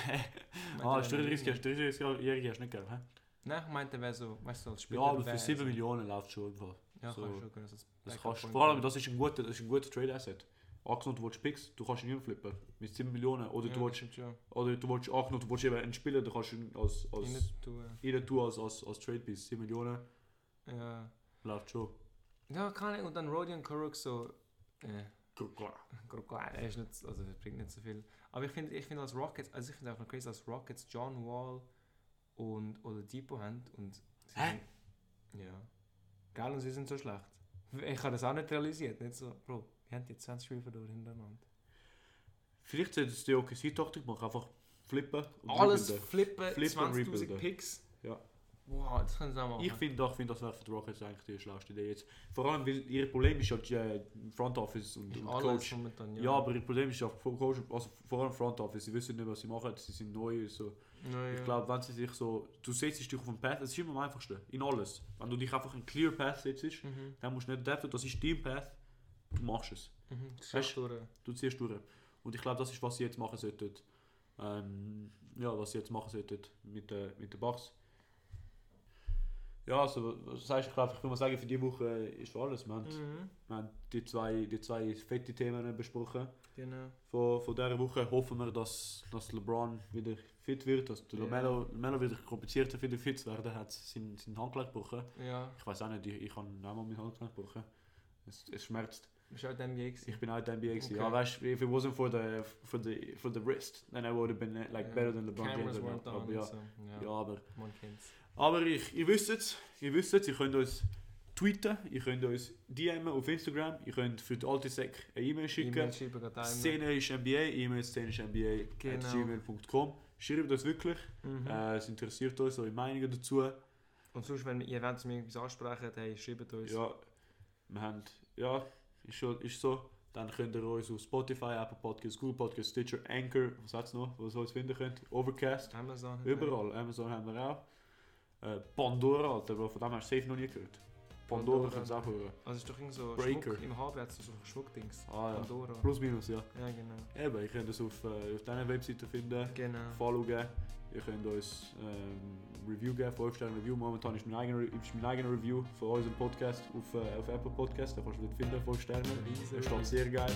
Speaker 2: meinte,
Speaker 1: ah,
Speaker 2: er
Speaker 1: ist
Speaker 2: wäre noch
Speaker 1: 33
Speaker 2: jung.
Speaker 1: hast 33-Jährige hast du nicht gern, hä?
Speaker 2: Nein, ich meinte, er wäre so, weißt du, als
Speaker 1: Ja,
Speaker 2: Spieler.
Speaker 1: aber
Speaker 2: wer-
Speaker 1: für 7 Millionen läuft schon im Fall.
Speaker 2: Ja,
Speaker 1: so-
Speaker 2: kannst du schon gehen. Also als
Speaker 1: Das
Speaker 2: Backup
Speaker 1: kannst,
Speaker 2: also. Point
Speaker 1: vor allem,
Speaker 2: Guard.
Speaker 1: das ist ein guter, das ist ein guter Trade-Asset. Angenommen, du willst Picks, du kannst ihn umflippen. Mit 7 Millionen. Oder
Speaker 2: Ja,
Speaker 1: du willst,
Speaker 2: stimmt schon.
Speaker 1: oder du willst, angenommen, du willst eben einen Spieler, dann kannst du ihn als, als,
Speaker 2: Innen tun.
Speaker 1: jeder tun als, als, als Trade-Piece. 7 Millionen
Speaker 2: Ja.
Speaker 1: läuft schon.
Speaker 2: Ja, keine Ahnung. Und dann Rodion Kuruk so. Äh, (laughs)
Speaker 1: Klar.
Speaker 2: Kuruk, äh, er ist nicht, also er bringt nicht so viel. Aber ich finde, ich finde als Rockets, also ich finde auch noch crazy, als Rockets John Wall und oder Depot haben und. sie
Speaker 1: Hä?
Speaker 2: sind- Ja. Geil, und sie sind so schlecht. Ich habe das auch nicht realisiert. Nicht so, Bro, wir haben jetzt 20 Spiele verloren hintereinander.
Speaker 1: Vielleicht sollte es die OKC-Taktik machen, einfach flippen und
Speaker 2: Alles
Speaker 1: rebuilden.
Speaker 2: flippen,
Speaker 1: Flippen,
Speaker 2: 20.000
Speaker 1: rebuilden.
Speaker 2: Picks.
Speaker 1: Ja.
Speaker 2: Wow, das können sie auch machen.
Speaker 1: Ich finde ich find das wäre für die Rockets eigentlich die schlauste Idee jetzt. Vor allem, weil ihr Problem ist halt äh, Front Office und, und
Speaker 2: Ist alles
Speaker 1: Coach.
Speaker 2: momentan,
Speaker 1: Ja. aber ihr Problem ist auch vor- Coach, also vor allem Front Office. Sie wissen nicht, was sie machen, sie sind neu. So.
Speaker 2: Ja, ja.
Speaker 1: Ich glaube, wenn sie sich so. Du setzt dich auf den Path, das ist immer am einfachsten. In alles. Wenn du dich einfach einen Clear Path setzt,
Speaker 2: Mhm.
Speaker 1: dann musst du nicht dafür, das ist dein Path, du machst es.
Speaker 2: Mhm.
Speaker 1: Weißt
Speaker 2: Sektoren.
Speaker 1: Du ziehst durch. Und ich glaube, das ist, was sie jetzt machen sollten. Ähm, ja, was sie jetzt machen sollten mit, äh, mit den Bucks. Ja, also, was heißt, ich glaube, ich will mal sagen, für diese Woche ist alles. Wir haben,
Speaker 2: Mhm.
Speaker 1: wir haben die, zwei, die zwei fette Themen besprochen.
Speaker 2: Genau.
Speaker 1: Von, von dieser Woche hoffen wir, dass, dass LeBron wieder fit wird, dass der
Speaker 2: Ja.
Speaker 1: LaMelo, LaMelo wieder kompensiert für den fit zu werden. Er hat sein, sein Handgelenk gebrochen.
Speaker 2: Ja,
Speaker 1: Ich weiß auch nicht, ich, ich habe auch mal mein Handgelenk gebrochen. Es, es schmerzt.
Speaker 2: bist auch dem Gegner.
Speaker 1: Ich bin auch der NBA gewesen.
Speaker 2: Okay.
Speaker 1: Ja, weißt du, if it wasn't for the for the for the wrist, then I would have been eh, like better than LeBron
Speaker 2: Cameras
Speaker 1: James. right
Speaker 2: weren't
Speaker 1: now.
Speaker 2: on,
Speaker 1: Aber ja,
Speaker 2: so. dus, ja.
Speaker 1: ja, aber
Speaker 2: man kennt's.
Speaker 1: aber ich, ihr wisst es, ihr wisst es, ihr könnt uns dus tweeten, dus ihr könnt uns DMen auf Instagram, ihr könnt für die alte Sack eine E-Mail schicken.
Speaker 2: E-Mail schreiben geht einmal.
Speaker 1: Szene ist NBA, E-Mail Szene ist NBA
Speaker 2: Genau.
Speaker 1: gmail.com. Schreibt das wirklich,
Speaker 2: Mhm.
Speaker 1: äh, es interessiert uns eure Meinungen dazu.
Speaker 2: Und sonst, wenn ihr wollt, dass wir irgendwas ansprechen, dann schreibt uns.
Speaker 1: Ja, wir haben, ja, ist, schon, ist so. Dann könnt ihr uns auf Spotify, Apple Podcasts, Google Podcasts, Stitcher, Anchor, was hat's noch, wo ihr uns finden könnt, Overcast,
Speaker 2: Amazon. hat
Speaker 1: überall, Amazon haben wir auch. Äh, Pandora, Alter, bro, von dem hast du safe noch nie gehört. Pandora
Speaker 2: Pandora.
Speaker 1: könnt ihr auch hören.
Speaker 2: Also ist doch irgend so
Speaker 1: Breaker.
Speaker 2: Schmuck im HB hat es so Schmuckdings.
Speaker 1: Ah ja,
Speaker 2: Pandora.
Speaker 1: plus minus, ja.
Speaker 2: Ja, genau.
Speaker 1: Eben, ihr könnt es auf, äh, auf diesen Webseiten finden,
Speaker 2: Genau.
Speaker 1: Follow geben, ihr könnt uns ähm, Review geben, 5 Sterne Review, momentan ist mein eigener, ist mein eigener Review von unserem Podcast auf, äh, auf Apple Podcast, da kannst du dort finden, 5 Sterne.
Speaker 2: Riesen-
Speaker 1: Das steht sehr geil.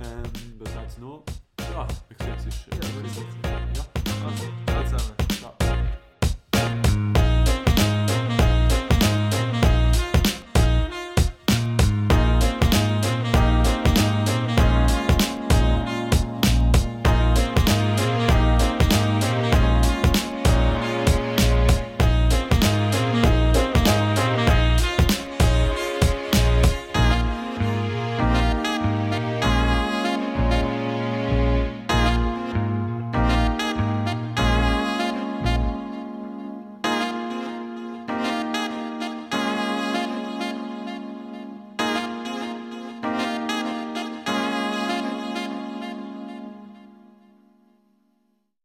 Speaker 1: ähm, was hat's noch? Ehm, Ja, ich sehe es ist.
Speaker 2: Ja, das ist
Speaker 1: Ja.
Speaker 2: Also, ciao zusammen.